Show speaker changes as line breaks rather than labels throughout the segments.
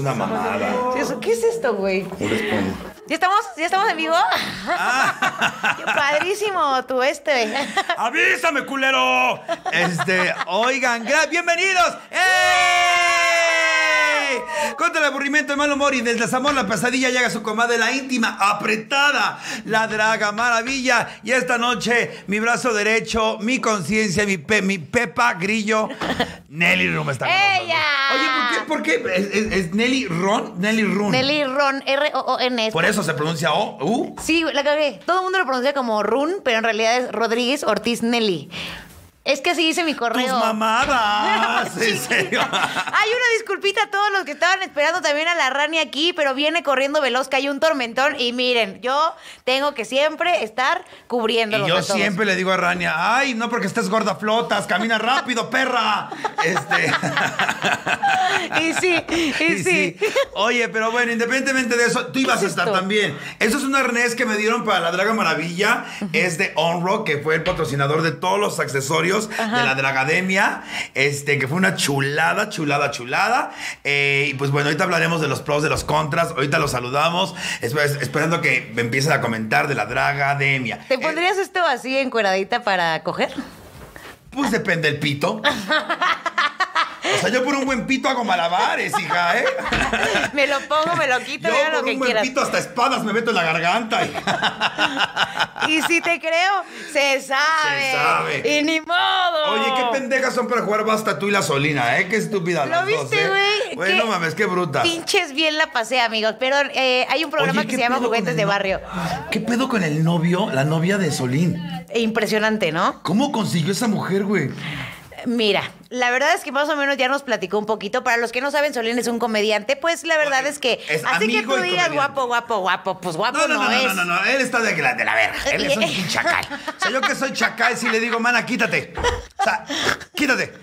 una mamada.
Sí, eso, ¿Qué es esto, güey?
Un respawn.
¿Ya estamos, ¿Ya estamos en vivo?
Ah.
Qué padrísimo tu este.
¡Avísame, culero! Este, oigan, gra- bienvenidos. ¡Ey! Contra el aburrimiento, el mal humor y el desamor, la pesadilla llega su comadre, la íntima, apretada, la draga, maravilla. Y esta noche, mi brazo derecho, mi conciencia, mi, pe- mi Pepa Grillo, Nelly Rum está con nosotros.
¡Ella!
Oye, ¿por qué? ¿Por qué? ¿Es, es- es Nelly Ron? Nelly Run.
Nelly Ron, R-O-O-N.
Por eso se pronuncia O, U.
E. Sí, la cagué. Todo el mundo lo pronuncia como Run, pero en realidad es Rodríguez Ortiz Nelly. Es que así dice mi correo.
Tus mamadas, en
Chiquita.
serio.
Hay una disculpita a todos los que estaban esperando también a la Rani aquí, pero viene corriendo veloz que hay un tormentón y miren, yo tengo que siempre estar cubriéndolo.
Y yo siempre le digo a Rania, ay, no porque estés gorda flotas, camina rápido, perra. Este.
Y sí, y,
y
sí.
Oye, pero bueno, independientemente de eso, tú ibas
es
a estar
esto?
también. Eso es un arnés que me dieron para la Draga Maravilla. Es de Onro, que fue el patrocinador de todos los accesorios de la Dragademia. Este, que fue una chulada, chulada, chulada. Eh, y pues bueno, ahorita hablaremos de los pros, de los contras. Ahorita los saludamos. Espe- esperando que me empieces a comentar de la Dragademia.
¿Te
Eh,
pondrías esto así encueradita para coger?
Pues depende el pito. O sea, yo por un buen pito hago malabares, hija, ¿eh?
Me lo pongo, me lo quito,
Yo
veo
por
lo
un
que
buen
quieras.
pito hasta espadas me meto en la garganta, hija.
Y si te creo, se sabe.
Se sabe.
Y ni modo.
Oye, qué pendejas son para jugar basta tú y la Solina, ¿eh? Qué estúpida
¿Lo
las dos,
viste,
¿eh?
güey?
Güey, no mames, qué bruta.
Pinches bien la pasé, amigos. Pero eh, hay un programa
Oye, ¿qué
que se llama
pedo con
Juguetes
el
de
no-
Barrio.
¿Qué pedo con el novio, la novia de Solín?
Impresionante, ¿no?
¿Cómo consiguió esa mujer, güey?
Mira, la verdad es que más o menos ya nos platicó un poquito. Para los que no saben, Solín es un comediante. Pues la verdad
Oye,
es que.
es
así que
amigo
tú
y
digas
comediante.
guapo, guapo, guapo. Pues guapo
No,
no,
no, no, no,
es.
no, no, él está de la, de la verga. Él es un chacal. O sea, yo que soy chacal, si le digo, mana, quítate. O sea, quítate.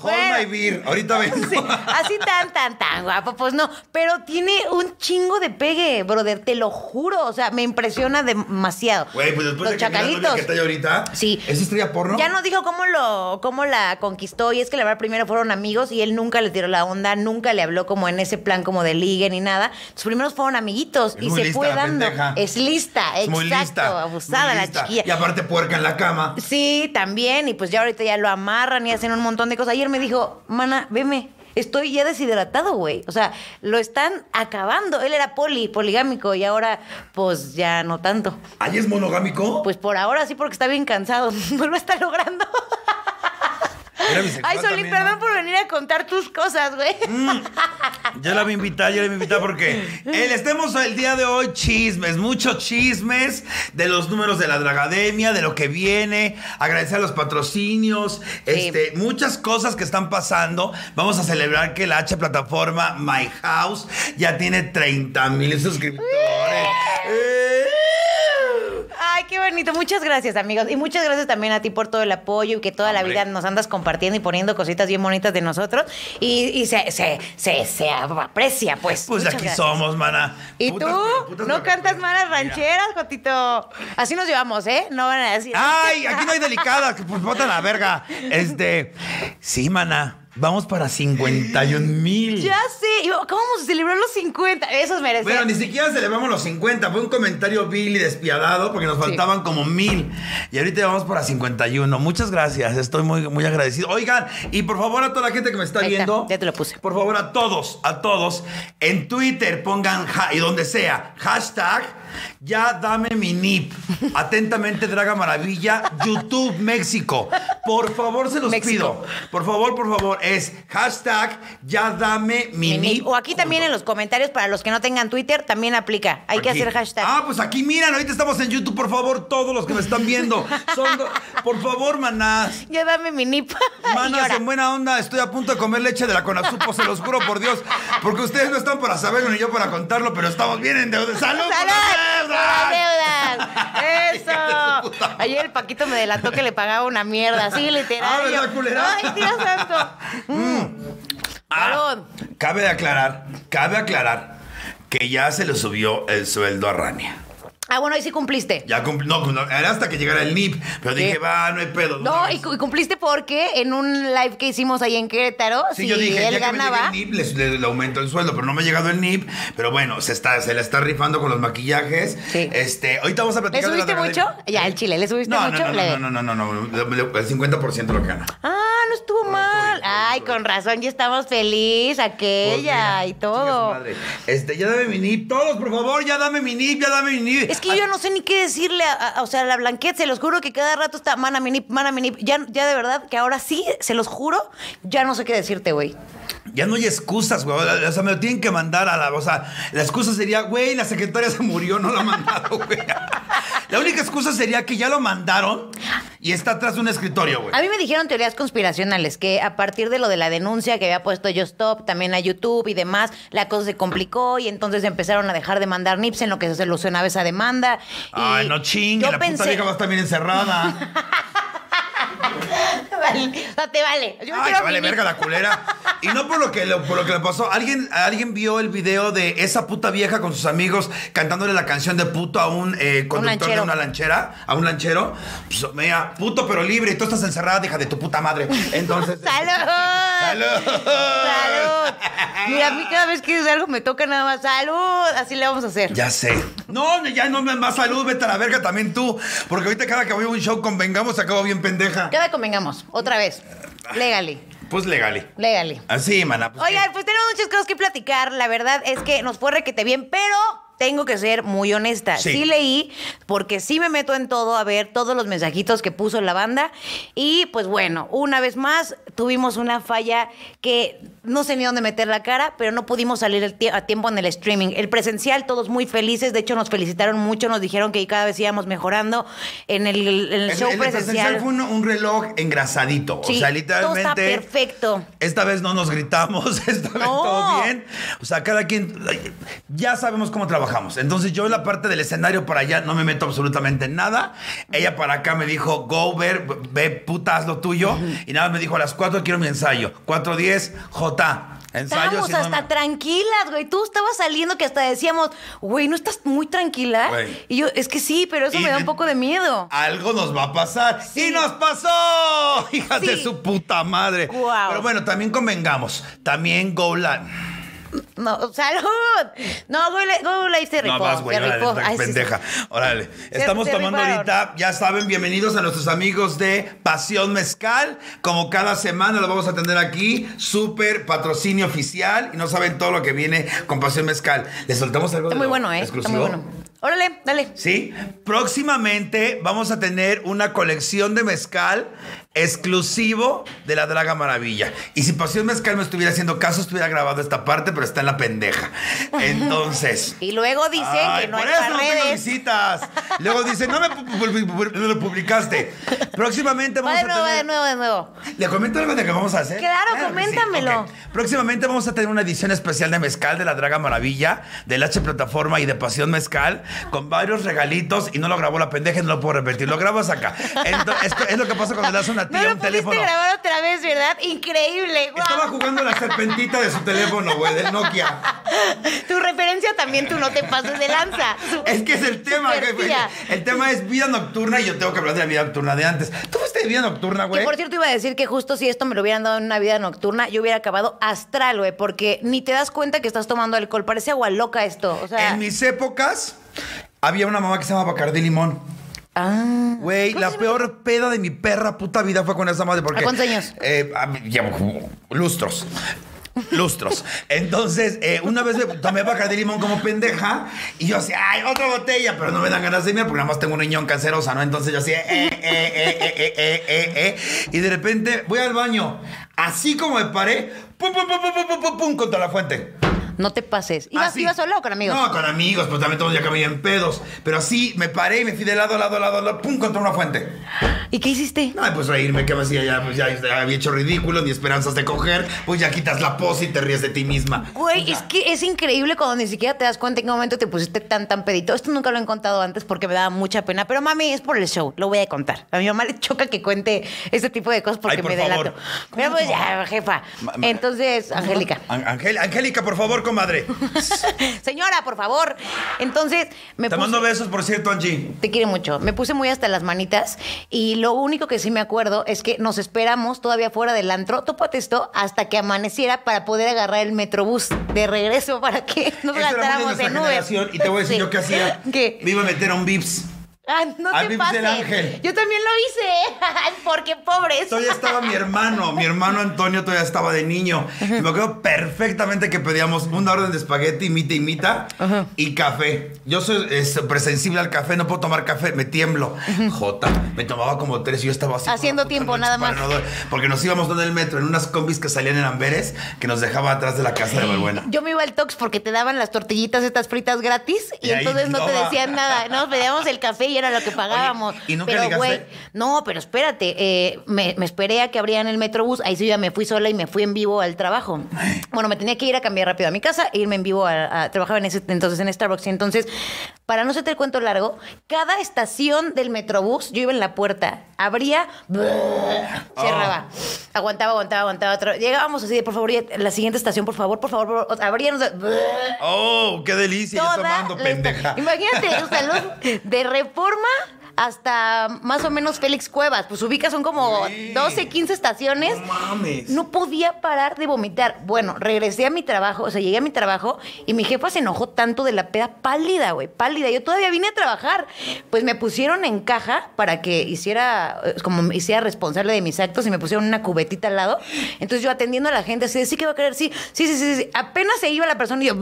Hold
Bueno.
my beer. Ahorita vengo.
Sí, así tan, tan, tan guapo, pues no. Pero tiene un chingo de pegue, brother, te lo juro. O sea, me impresiona demasiado.
Güey, pues después de
Los
que mira la novia
chacalitos.
que está ahí ahorita.
Sí.
¿Es estrella porno?
Ya no dijo cómo lo, cómo la conquistó, y es que la verdad primero fueron amigos y él nunca le tiró la onda, nunca le habló como en ese plan como de ligue ni nada. Sus primeros fueron amiguitos
Es
y
muy
se
lista
fue
la
dando.
pendeja.
Es lista,
Es
exacto,
muy lista.
abusada
muy
la
lista.
chiquilla.
Y aparte puerca en la cama.
Sí, también. Y pues ya ahorita ya lo amarran y hacen un montón de cosas. Ayer me dijo, mana, veme. Estoy ya deshidratado, güey. O sea, lo están acabando. Él era poli, poligámico, y ahora, pues ya no tanto.
¿Ahí es monogámico?
Pues por ahora sí, porque está bien cansado. No lo está logrando.
Era bisexual
Ay, Solín,
también,
perdón
¿no? Mm.
por venir a contar tus cosas, güey.
Ya la voy a invitar, ya la voy a invitar porque el, estemos el día de hoy chismes, muchos chismes de los números de la Dragademia, de lo que viene, agradecer a los patrocinios, este, muchas cosas que están pasando. Vamos a celebrar que la H plataforma My House ya tiene 30 mil suscriptores. ¡Eh!
Ay, qué bonito. Muchas gracias, amigos. Y muchas gracias también a ti por todo el apoyo y que toda
Hombre.
la vida nos andas compartiendo y poniendo cositas bien bonitas de nosotros. Y, y se, se, se, se aprecia, pues.
Pues de
Muchas
aquí
gracias.
somos, mana.
¿Y
Putas, pero
tú?
putas,
¿No
pero
cantas
putas.
malas
Mira.
rancheras, Jotito? Así nos llevamos, ¿eh? No van a decir.
Ay, aquí no hay delicadas, que pues botan la verga. Este, sí, mana, vamos para 51 mil.
Ya sé. y oh, ¿Cómo vamos a celebrar los 50? Esos merecen.
Bueno, ni siquiera celebramos los 50. Fue un comentario vil y despiadado porque nos faltaban como mil. Y ahorita vamos para 51. Muchas gracias. Estoy muy, muy agradecido. Oigan, y por favor a toda la gente que me está
Ahí está,
viendo.
ya te lo puse.
Por favor a todos, a todos. En Twitter pongan ja- y donde sea. Hashtag ya dame mi nip. Atentamente, Draga Maravilla. YouTube México. Por favor, se los
México.
pido. Por favor, por favor. Es hashtag ya dame mi,
Ni- ni-
nip.
O aquí también
Punto.
en los comentarios, para los que no tengan Twitter, también aplica. Hay que
Aquí.
hacer hashtag.
Ah, pues aquí miran, ahorita estamos en YouTube, por favor, todos los que me están viendo. Son do- por favor, manás.
Ya dame mi nipa.
Manas, en buena onda, estoy a punto de comer leche de la Conazupo, se los juro por Dios. Porque ustedes no están para saberlo ni yo para contarlo, pero estamos bien en deuda. ¡Salud! por las
¡Salud!
deudas!
¡Deudas! ¡Eso! Ayer el Paquito me delató que le pagaba una mierda, así literal.
Ah,
Y yo,
¿verdad, culera? Mm.
¡Ay, Dios santo! Mm.
Ah,
Salud.
cabe aclarar, cabe aclarar que ya se le subió el sueldo a Rania.
Ah, bueno, ahí sí cumpliste.
Ya cumpl- no, no, era hasta que llegara el NIP, pero
Sí.
dije, va, no hay pedo.
No,
una
y,
vez.
cu- y cumpliste porque en un live que hicimos ahí en Querétaro,
Sí,
si
yo dije, ya
él
que
ganaba.
me llegue el NIP, les- le, le aumento el sueldo, pero no me ha llegado el NIP. Pero bueno, se está, se la está rifando con los maquillajes.
Sí.
Este, ahorita vamos a
¿Le
platicar. de la
subiste mucho?
dragadera.
Ya, el chile, ¿le subiste
No,
mucho?
no, no,
Le-
no, no, no, no, no, le- le- el 50% lo que gana.
Ah, no estuvo mal.
estuvo,
Ay,
estuvo.
con razón, ya estamos feliz,
Pues
aquella
mira,
y
chinga su
todo.
madre. Este, ya dame mi NIP, todos, por favor, ya dame mi NIP, ya dame mi NIP.
Es que yo no sé ni qué decirle, a, a- o sea, a la Blanquet, se los juro que cada rato está mana minip, mana minip. Ya, ya de verdad que ahora sí, se los juro, ya no sé qué decirte, güey.
Ya no hay excusas, güey. O sea, me lo tienen que mandar a la. O sea, la excusa sería, güey, la secretaria se murió, no la ha mandado, güey. La única excusa sería que ya lo mandaron y está atrás de un escritorio, güey.
A mí me dijeron teorías conspiracionales, que a partir de lo de la denuncia que había puesto Yo Stop también a YouTube y demás, la cosa se complicó y entonces empezaron a dejar de mandar nips en lo que se solucionaba esa demanda. Y
Ay, no chingue,
yo
la puta
pensé-
vieja va a estar bien encerrada.
Vale, no te vale. Yo
Ay,
quiero
que vale
mi nip.
verga la culera. Y no por lo que le, por lo que le pasó. ¿Alguien, alguien vio el video de esa puta vieja con sus amigos cantándole la canción de puto a un eh, conductor de
lanchero.
una lanchera, a un lanchero. Pues, mira, puto pero libre, y tú estás encerrada, hija de tu puta madre. Entonces.
¡Salud!
¡Salud!
¡Salud! Mira, a mí cada vez que es algo me toca nada más ¡Salud! Así le vamos a hacer.
Ya sé. No, ya no me más salud, vete a la verga también tú. Porque ahorita cada que voy a un show convengamos, acabo bien pendeja.
Cada convengamos, otra vez. Legally,
Pues legal.
legally.
Así, mana. pues,
Oigan, pues tenemos muchas cosas que platicar. La verdad es que nos fue requete bien, pero tengo que ser muy honesta.
Sí.
Sí. leí, porque sí me meto en todo a ver todos los mensajitos que puso la banda. Y pues bueno, una vez más tuvimos una falla que no sé ni dónde meter la cara, pero no pudimos salir el tie- a tiempo en el streaming. El presencial, todos muy felices. De hecho, nos felicitaron mucho, nos dijeron que cada vez íbamos mejorando en el, en el
El,
show
el
presencial.
fue un, un reloj engrasadito.
Sí,
o sea,
todo
literalmente.
está perfecto.
Esta vez no nos gritamos, esta vez
No.
todo bien. O sea, cada quien. ay, Ya sabemos cómo trabajamos. Entonces, yo en la parte del escenario para allá no me meto absolutamente en nada. Ella para acá me dijo, go ver, ve puta, haz lo tuyo. Y nada, me dijo, a las 4 quiero mi ensayo. 4.10, J. Ensayo.
Estábamos
si no
hasta
me-
tranquilas, güey. Tú estabas saliendo que hasta decíamos, güey, ¿no estás muy tranquila?
Güey.
Y yo, es que sí, pero eso
Y-
me da un poco de miedo.
Algo nos va a pasar.
Sí.
¡Y nos pasó! Hijas de
Sí.
su puta madre.
Guau.
Pero bueno, también convengamos. También Golan.
No, salud. No, güey, le- güey, ahí se
No
rifó.
vas, güey,
se
órale,
rifó.
tan
Ay, sí, sí.
pendeja. Órale. Estamos
se
tomando
rifaron.
ahorita, ya saben, bienvenidos a nuestros amigos de Pasión Mezcal. Como cada semana lo vamos a tener aquí, súper patrocinio oficial. Y no saben todo lo que viene con Pasión Mezcal. Les soltamos algo
Está
de
muy
lo
bueno, ¿eh?
exclusivo.
Está muy bueno. Órale, dale.
¿Sí? Próximamente vamos a tener una colección de mezcal exclusivo de la Draga Maravilla. Y si Pasión Mezcal me estuviera haciendo caso, estuviera grabado esta parte, pero está en la pendeja. Entonces.
Y luego dicen
Ay,
que no
por
hay
eso no tengo
redes.
visitas. Luego dicen, no me pu- pu- pu- pu- no lo publicaste. Próximamente
Va
vamos
de
a
nuevo, va de
tener...
nuevo, de nuevo.
¿Le comento algo de que vamos a hacer?
Claro,
que sí.
coméntamelo.
Ok. Próximamente vamos a tener una edición especial de Mezcal de la Draga Maravilla, del H Plataforma y de Pasión Mezcal, con varios regalitos. Y no lo grabó la pendeja, y no lo puedo repetir. Lo grabas acá. Ento- es, que- es lo que pasa cuando le das a una
No
tía
lo
un
pudiste
teléfono.
grabar otra vez, ¿verdad? Increíble, guau.
Estaba jugando la serpentita de su teléfono, güey, del Nokia.
Tu referencia también, tú no te pases de lanza.
Es que es el tema, güey.
Super
güey.
tía.
El tema es vida nocturna y yo tengo que hablar de la vida nocturna de antes. ¿Tú fuiste de vida nocturna,
Que
güey?
por cierto iba a decir que justo si esto me lo hubieran dado en una vida nocturna, yo hubiera acabado astral, güey, porque ni te das cuenta que estás tomando alcohol. Parece agua loca esto. O sea,
En mis épocas había una mamá que se llamaba Bacardí Limón.
ah,
Güey, la peor peda de mi perra puta vida fue con esa madre. Porque,
¿A cuántos años?
Eh, a mí- ya, como lustros. Lustros. Entonces, eh, una vez me tomé Bacardí Limón como pendeja y yo así, ¡ay, otra botella! Pero no me dan ganas de irme porque nada más tengo un riñón cancerosa, ¿no? Entonces yo así, eh, eh, eh, eh, eh, eh, eh, eh. Y de repente voy al baño, así como me paré, pum, pum, pum, pum, pum, pum, pum, pum, contra la fuente.
no te pases. ¿Ibas,
Así.
ibas sola o con amigos?
Ah, No, con amigos, pero también todos ya cabían en pedos. Pero así me paré y me fui de lado a lado, a lado, a lado, pum, contra una fuente.
¿Y qué hiciste?
No, pues reírme, que me hacía ya, pues ya, ya había hecho ridículo, ni esperanzas de coger, pues ya quitas la pose y te ríes de ti misma. Pues
Güey, es que es increíble cuando ni siquiera te das cuenta en qué momento te pusiste tan, tan pedito. Esto nunca lo he contado antes porque me daba mucha pena. Pero mami, es por el show, lo voy a contar. A mi mamá le choca que cuente este tipo de cosas porque
Ay, por
me
favor.
delato. Pero pues ya, jefa. Entonces, Angélica.
An- Angel- Angélica, por favor, comadre.
Señora, por favor. Entonces, me
Te
puse-
mando besos, por cierto, Angie.
Te quiere mucho. Me puse muy hasta las manitas y lo único que sí me acuerdo es que nos esperamos todavía fuera del antro, tópate esto, hasta que amaneciera para poder agarrar el metrobús de regreso para que nos
Esa era muy de
gastáramos
nuestra
en Uber.
generación y te voy a decir
Sí.
yo qué hacía.
¿Qué?
Me iba a meter a un Vips.
Ah, no
Al
te
Vips
pases.
del Ángel.
Yo también lo hice, ¿eh? porque pobres.
Todavía estaba mi hermano, mi hermano Antonio todavía estaba de niño. Y me acuerdo perfectamente que pedíamos una orden de espagueti, mita y mita, y café. Yo soy eh, supersensible al café, no puedo tomar café, me tiemblo. Jota, me tomaba como tres y yo estaba así. con
Haciendo
la puta
tiempo,
noche
nada
para
más.
no dormir. porque nos íbamos en el metro, en unas combis que salían en Amberes, que nos dejaba atrás de la casa de Balbuena.
Yo me iba al Tox porque te daban las tortillitas estas fritas gratis y,
Y ahí
entonces no te
no va.
decían nada. Nos pedíamos el café y era lo que pagábamos.
Oye, ¿y nunca
pero,
ligaste?
güey, no, pero espérate, eh, me, me esperé a que abrían el Metrobús. Ahí sí ya me fui sola y me fui en vivo al trabajo. Bueno, me tenía que ir a cambiar rápido a mi casa e irme en vivo a, a- trabajaba en ese, entonces en Starbucks. Y entonces, para no hacerte el cuento largo, cada estación del Metrobús, yo iba en la puerta, abría,
Ah.
cerraba. Aguantaba, aguantaba, aguantaba. otra- Llegábamos así de, por favor, ya- la siguiente estación, por favor, por favor, por favor. Abrían, o sea,
¡Oh, qué delicia! Yo
toda
tomando,
la-
pendeja.
Imagínate, o sea, los- de reforma hasta más o menos Félix Cuevas. Pues ubicas, son como
Sí.
12, 15 estaciones.
No mames.
No podía parar de vomitar. Bueno, regresé a mi trabajo, o sea, llegué a mi trabajo y mi jefa se enojó tanto de la peda pálida, güey, pálida. Yo todavía vine a trabajar. Pues me pusieron en caja para que hiciera, eh, como me hiciera responsable de mis actos y me pusieron una cubetita al lado. Entonces yo atendiendo a la gente, así de, sí que va a querer, sí, sí, sí, sí, sí. Apenas se iba la persona y yo...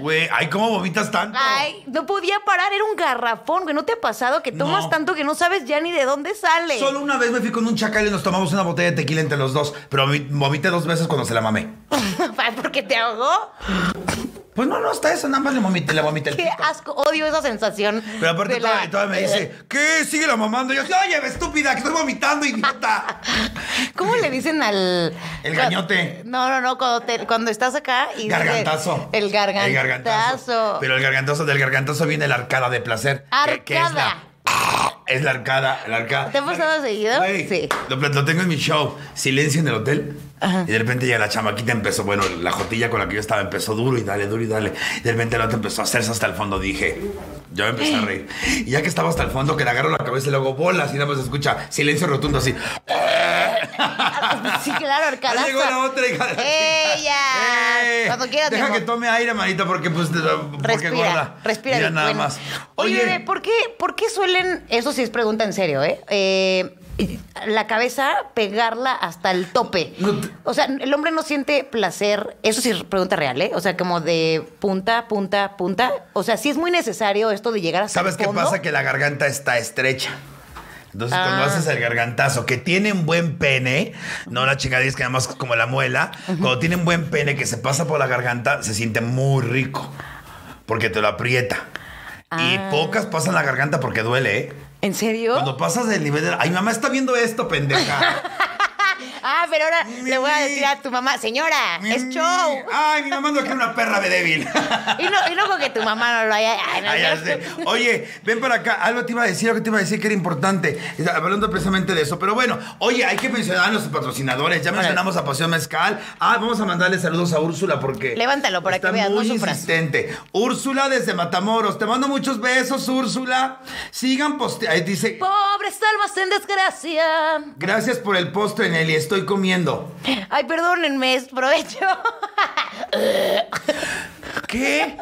Güey, ay, ¿cómo vomitas tanto?
Ay, no podía parar, era un garrafón, que no te ha pasado que tomas
No.
tanto que no sabes ya ni de dónde sale.
Solo una vez me fui con un chacal y nos tomamos una botella de tequila entre los dos, pero vomi- vomité dos veces cuando se la mamé.
Porque te ahogó.
Pues no, no, hasta eso, nada más le vomité, le vomité el
Qué
pito.
asco, odio esa sensación.
Pero aparte
de la-
todavía, todavía me dice, ¿qué? Sigue la mamando. Y yo, oye, estúpida, que estoy vomitando, idiota.
¿Cómo le dicen al.
El gañote.
No, no, no, cuando, te- cuando estás acá y. dice-
Gargantazo.
el gargantazo.
El gargantazo. Pero el gargantazo, del gargantazo viene la arcada de placer. que- que es la-
Arcada.
es la arcada, la arcada.
¿Te ha pasado seguido?
Güey,
Sí.
Lo, lo tengo en mi show, Silencio en el Hotel. Y de repente ya la chamaquita empezó, bueno, la jotilla con la que yo estaba empezó duro y dale, duro y dale. De repente la otra empezó a hacerse hasta el fondo, dije. Yo me empecé a reír. Y ya que estaba hasta el fondo, que le agarro la cabeza y le hago bolas y nada más se escucha silencio rotundo así.
Ah, Sí, claro, arcadazo.
Ya Ah, llegó la otra hija de la
Ella.
chica. Eh,
Cuando quieras,
Deja
mi
que
amor.
tome aire, manita, porque pues te- porque
Respira,
gorda.
respira.
Mira
Vic,
nada
bueno.
más.
Oye, bebé, ¿por qué, por qué suelen, eso sí es pregunta en serio, ¿eh? Eh, la cabeza pegarla hasta el tope?
No te-
O sea, el hombre no siente placer, eso sí es pregunta real, ¿eh? O sea, como de punta, punta, punta. O sea, sí es muy necesario esto de llegar hasta
¿Sabes
el
qué
fondo.
pasa? Que la garganta está estrecha. Entonces, cuando
Ah.
haces el gargantazo, que tienen buen pene, no la chingadera es que nada más como la muela, cuando tienen buen pene que se pasa por la garganta, se siente muy rico, porque te lo aprieta. Y
Ah.
pocas pasan la garganta porque duele, ¿eh?
¿En serio?
Cuando pasas del nivel de... la- Ay, mamá está viendo esto, pendeja.
Ah, pero ahora le voy a
Mimi.
decir a tu mamá, señora, es show.
Mm, Ay, mi mamá no quiere una perra de débil.
Y no, y no con que tu mamá no lo haya... ay, no,
Ay, ya
no.
sé. Oye, ven para acá. Algo te iba a decir, algo te iba a decir que era importante. eh, Hablando precisamente de eso. Pero bueno, oye, hay que mencionar a nuestros patrocinadores. Ya mencionamos a Pasión Mezcal. Ah, vamos a mandarle saludos a Úrsula porque.
Levántalo para
está
que veas, no
muy
sufras.
insistente. Úrsula desde Matamoros. Te mando muchos besos, Úrsula. Sigan posteando. Dice.
Pobres almas en desgracia.
Gracias por el postre, Nelly. Estoy comiendo.
Ay, perdónenme, es provecho.
¿Qué?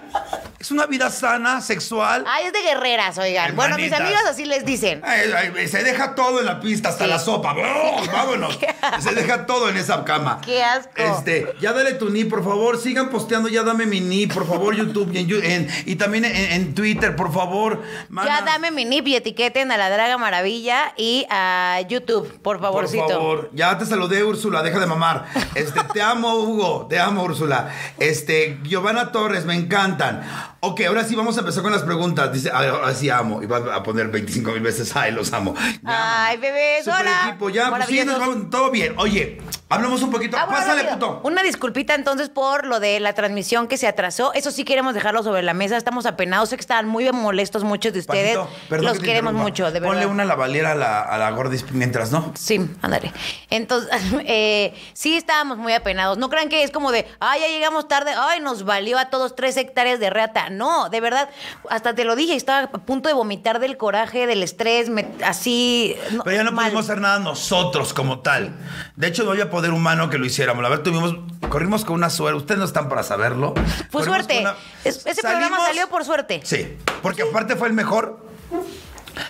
¿Es una vida sana, sexual?
Ay, es de guerreras, oigan. Bueno, mis
Hermanitas.
amigas así les dicen.
Ay, ay, se deja todo en la pista, hasta
Sí.
la sopa. ¡Brum! Vámonos. Se deja todo en esa cama.
Qué asco.
Este, ya dale tu ni, por favor. Sigan posteando, ya dame mi ni, por favor, YouTube y, en Yu- en- y también en, en Twitter, por favor. Mana,
Ya dame mi nip y etiqueten a la Draga Maravilla y a YouTube, por
Por
favorcito.
favor, ya te saludé, Úrsula, deja de mamar. Este, te amo, Hugo, te amo, Úrsula. Este, Giovanna Torres, me encantan. Ok, ahora sí vamos a empezar con las preguntas. Dice, "Ay, ahora sí amo. Y va a poner 25 mil veces, ay, los amo. Ya,
Ay, bebés,
Super
hola.
equipo, ya, pues sí,
Maravillosos.
nos vamos, todo bien. Oye, hablamos un poquito.
Ah, bueno,
Pásale,
rápido.
puto.
Una disculpita entonces por lo de la transmisión que se atrasó. Eso sí queremos dejarlo sobre la mesa. Estamos apenados. Sé que estaban muy molestos muchos de ustedes.
Patito, perdón
Los
que te
queremos
interrumpa.
mucho, de verdad.
Ponle una lavalera a la, a la gordis mientras, ¿no?
Sí, ándale. Entonces, eh, sí estábamos muy apenados. No crean que es como de, ay, ya llegamos tarde, ay, nos valió a todos tres hectáreas de reata. No, de verdad, hasta te lo dije, estaba a punto de vomitar del coraje, del estrés, me- así. no,
Pero ya no
mal.
pudimos hacer nada nosotros como tal. De hecho, no había poder humano que lo hiciéramos. La verdad, tuvimos. Corrimos con una suerte. Ustedes no están para saberlo.
Fue
Corrimos
suerte.
con una-
Es- ese programa
Salimos-
salió por suerte.
Sí, porque aparte fue el mejor.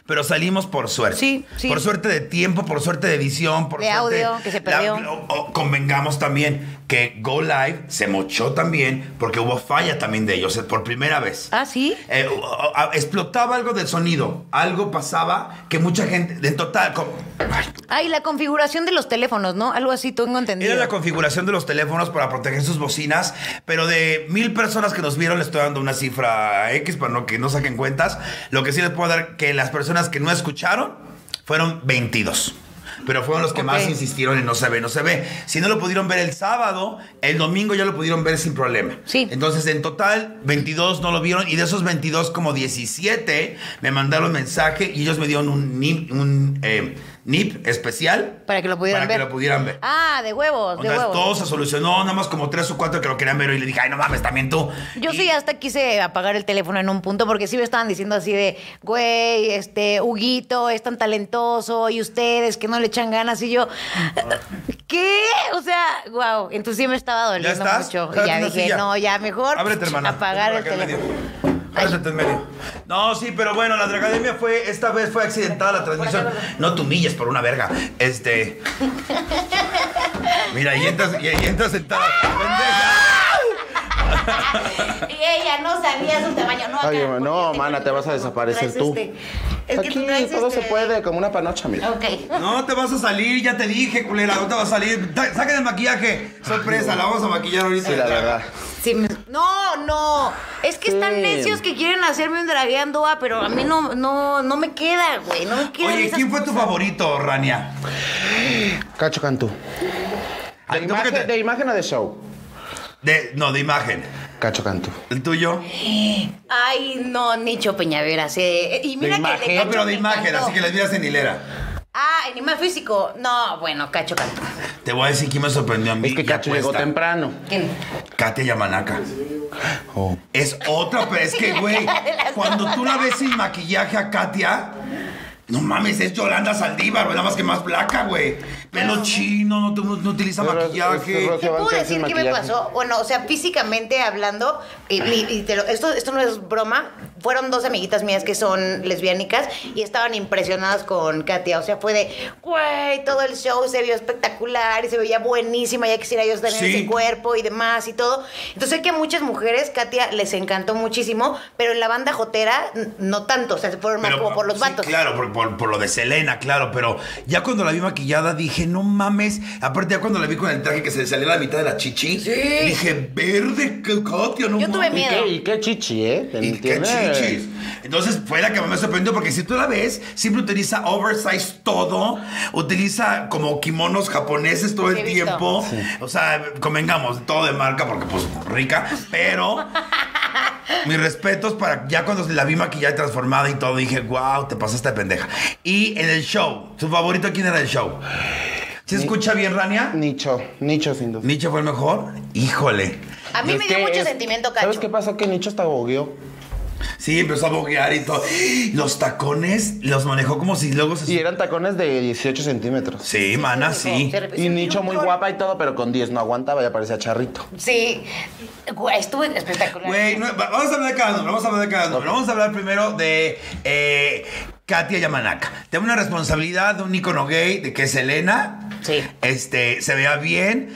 Pero salimos por suerte.
Sí, sí.
Por suerte de tiempo, por suerte de edición, por
De
suerte-
audio, que se
La-
perdió.
o- o convengamos también que Go Live se mochó también porque hubo falla también de ellos eh, por primera vez.
Ah, sí.
Eh, o- o- a- explotaba algo del sonido, algo pasaba que mucha gente, en total, co- ay,
Ay, la configuración de los teléfonos, ¿no? Algo así tengo entendido.
era la configuración de los teléfonos para proteger sus bocinas, pero de mil personas que nos vieron le estoy dando una cifra X para no, que no saquen cuentas. Lo que sí les puedo dar que las personas que no escucharon fueron 22. Pero fueron los que más
Ok.
insistieron en no se ve, no se ve. Si no lo pudieron ver el sábado, el domingo ya lo pudieron ver sin problema.
Sí.
Entonces, en total, 22 no lo vieron y de esos 22, como 17 me mandaron mensaje y ellos me dieron un nip, un, eh, nip especial
Para que lo pudieran
para
ver.
que lo pudieran ver.
Ah, de huevos, de
O sea,
huevos.
todo se solucionó, nada más como tres o cuatro que lo querían ver y le dije, ay, no mames, también tú.
Yo
Y-
sí hasta quise apagar el teléfono en un punto porque sí me estaban diciendo así de, güey, este, Huguito es tan talentoso y ustedes que no le echan ganas y yo, ¿qué? O sea, wow, entonces sí me estaba
¿Ya
doliendo
estás?
mucho. Y
Jálate
ya
una
dije,
silla.
no, ya mejor
Ábrete, hermana.
apagar el
Acá en medio.
teléfono.
Ábrete en medio. No, sí, pero bueno, la academia fue, esta vez fue accidentada la transmisión. No te humilles por una verga. Este. Mira, y entras, y, y entras sentada. Pendeja.
Y ella no sabía su tamaño, no. acá,
Ay,
porque
hermano, no,
yo tengo
mana,
el
te vas a
teléfono,
desaparecer
traes
tú.
este. Es que Ah, tú
Aquí
traes
todo
este-
se puede, como una panocha, mira.
Ok.
No te vas a salir, ya te dije, culera, no te vas a salir. Ta- Saquen el maquillaje. Sorpresa, la vamos a maquillar ahorita.
Sí, la verdad.
Sí, me- No, no. Es que están
Sí.
necios que quieren hacerme un dragueando, ah, pero a mí no, no, no me queda, güey. No me queda.
Oye, ¿quién fue tu favorito, Rania?
Cacho Cantú.
Ah,
De
¿tú por qué
imagen,
te-
de imagen o de show.
de- no, de imagen.
Cacho Cantú.
¿El tuyo?
Ay, no, Nicho Peñavera. sí. Y mira que
imagen.
le
No, Ah, pero de imagen, así que las miras en hilera.
Ah, animal físico. No, bueno, Cacho Cantú.
Te voy a decir quién me sorprendió a mí.
Es que
y
Cacho llegó
apuesta.
temprano.
¿Quién?
Katia Yamanaka.
Oh.
Es otra, pero es que, güey, cuando tú la ves sin maquillaje a Katia, no mames, es Yolanda Saldívar, güey, nada más que más blanca, güey. Pelo chino, no, tu- no utiliza
Pero es-
maquillaje.
es rock.
Te puedo
Banca sin
decir qué me
maquillaje.
pasó. Bueno, o sea, físicamente hablando, y, y- y te lo- esto, esto no es broma. Fueron dos amiguitas mías que son lesbiánicas y estaban impresionadas con Katia. O sea, fue de, güey, todo el show se vio espectacular y se veía buenísima. Ya quisiera yo tener
Sí.
ese cuerpo y demás y todo. Entonces, sé que a muchas mujeres Katia les encantó muchísimo, pero en la banda jotera n- no tanto. O sea, se fueron más como por los
sí,
vatos.
claro, por, por- por lo de Selena, claro, pero ya cuando la vi maquillada dije, no mames. Aparte, ya cuando la vi con el traje que se le salía la mitad de la chichi,
Sí.
dije, verde, que- Katia, no
Yo
mames".
tuve
¿Y
Miedo.
qué, y qué chichi, ¿eh?
Y qué
Tiene-
chichis. Entonces fue la que más me sorprendió porque si tú la ves, siempre utiliza oversize todo, utiliza como kimonos japoneses todo el
Sí, he visto.
tiempo. O sea, convengamos, todo de marca porque pues rica, pero mis respetos para ya cuando la vi maquillada y transformada y todo, dije, wow, te pasaste de pendeja. Y en el show, ¿tu favorito quién era el show? ¿Se escucha bien, Rania?
Nicho, Nicho sin duda.
¿Nietzsche fue el mejor? Híjole.
A mí
Es
me dio
que
mucho
es-
sentimiento
¿Sabes
Cacho.
qué pasó? Que Nicho hasta bogueó.
Sí, empezó a boguear y todo. Los tacones los manejó como si luego se...
Y eran tacones de 18 centímetros.
Sí, mana, sí.
Se rep-
Y Nicho muy guapa y todo, pero con 10 no aguantaba, ya parecía charrito.
Sí, Güey, estuvo espectacular.
Güey, no, va- vamos a hablar de cada número, vamos a hablar de cada número. Vamos a hablar primero de eh, Katia Yamanaka. Tengo una responsabilidad de un icono gay, de que es Elena.
Sí.
Este, se vea bien.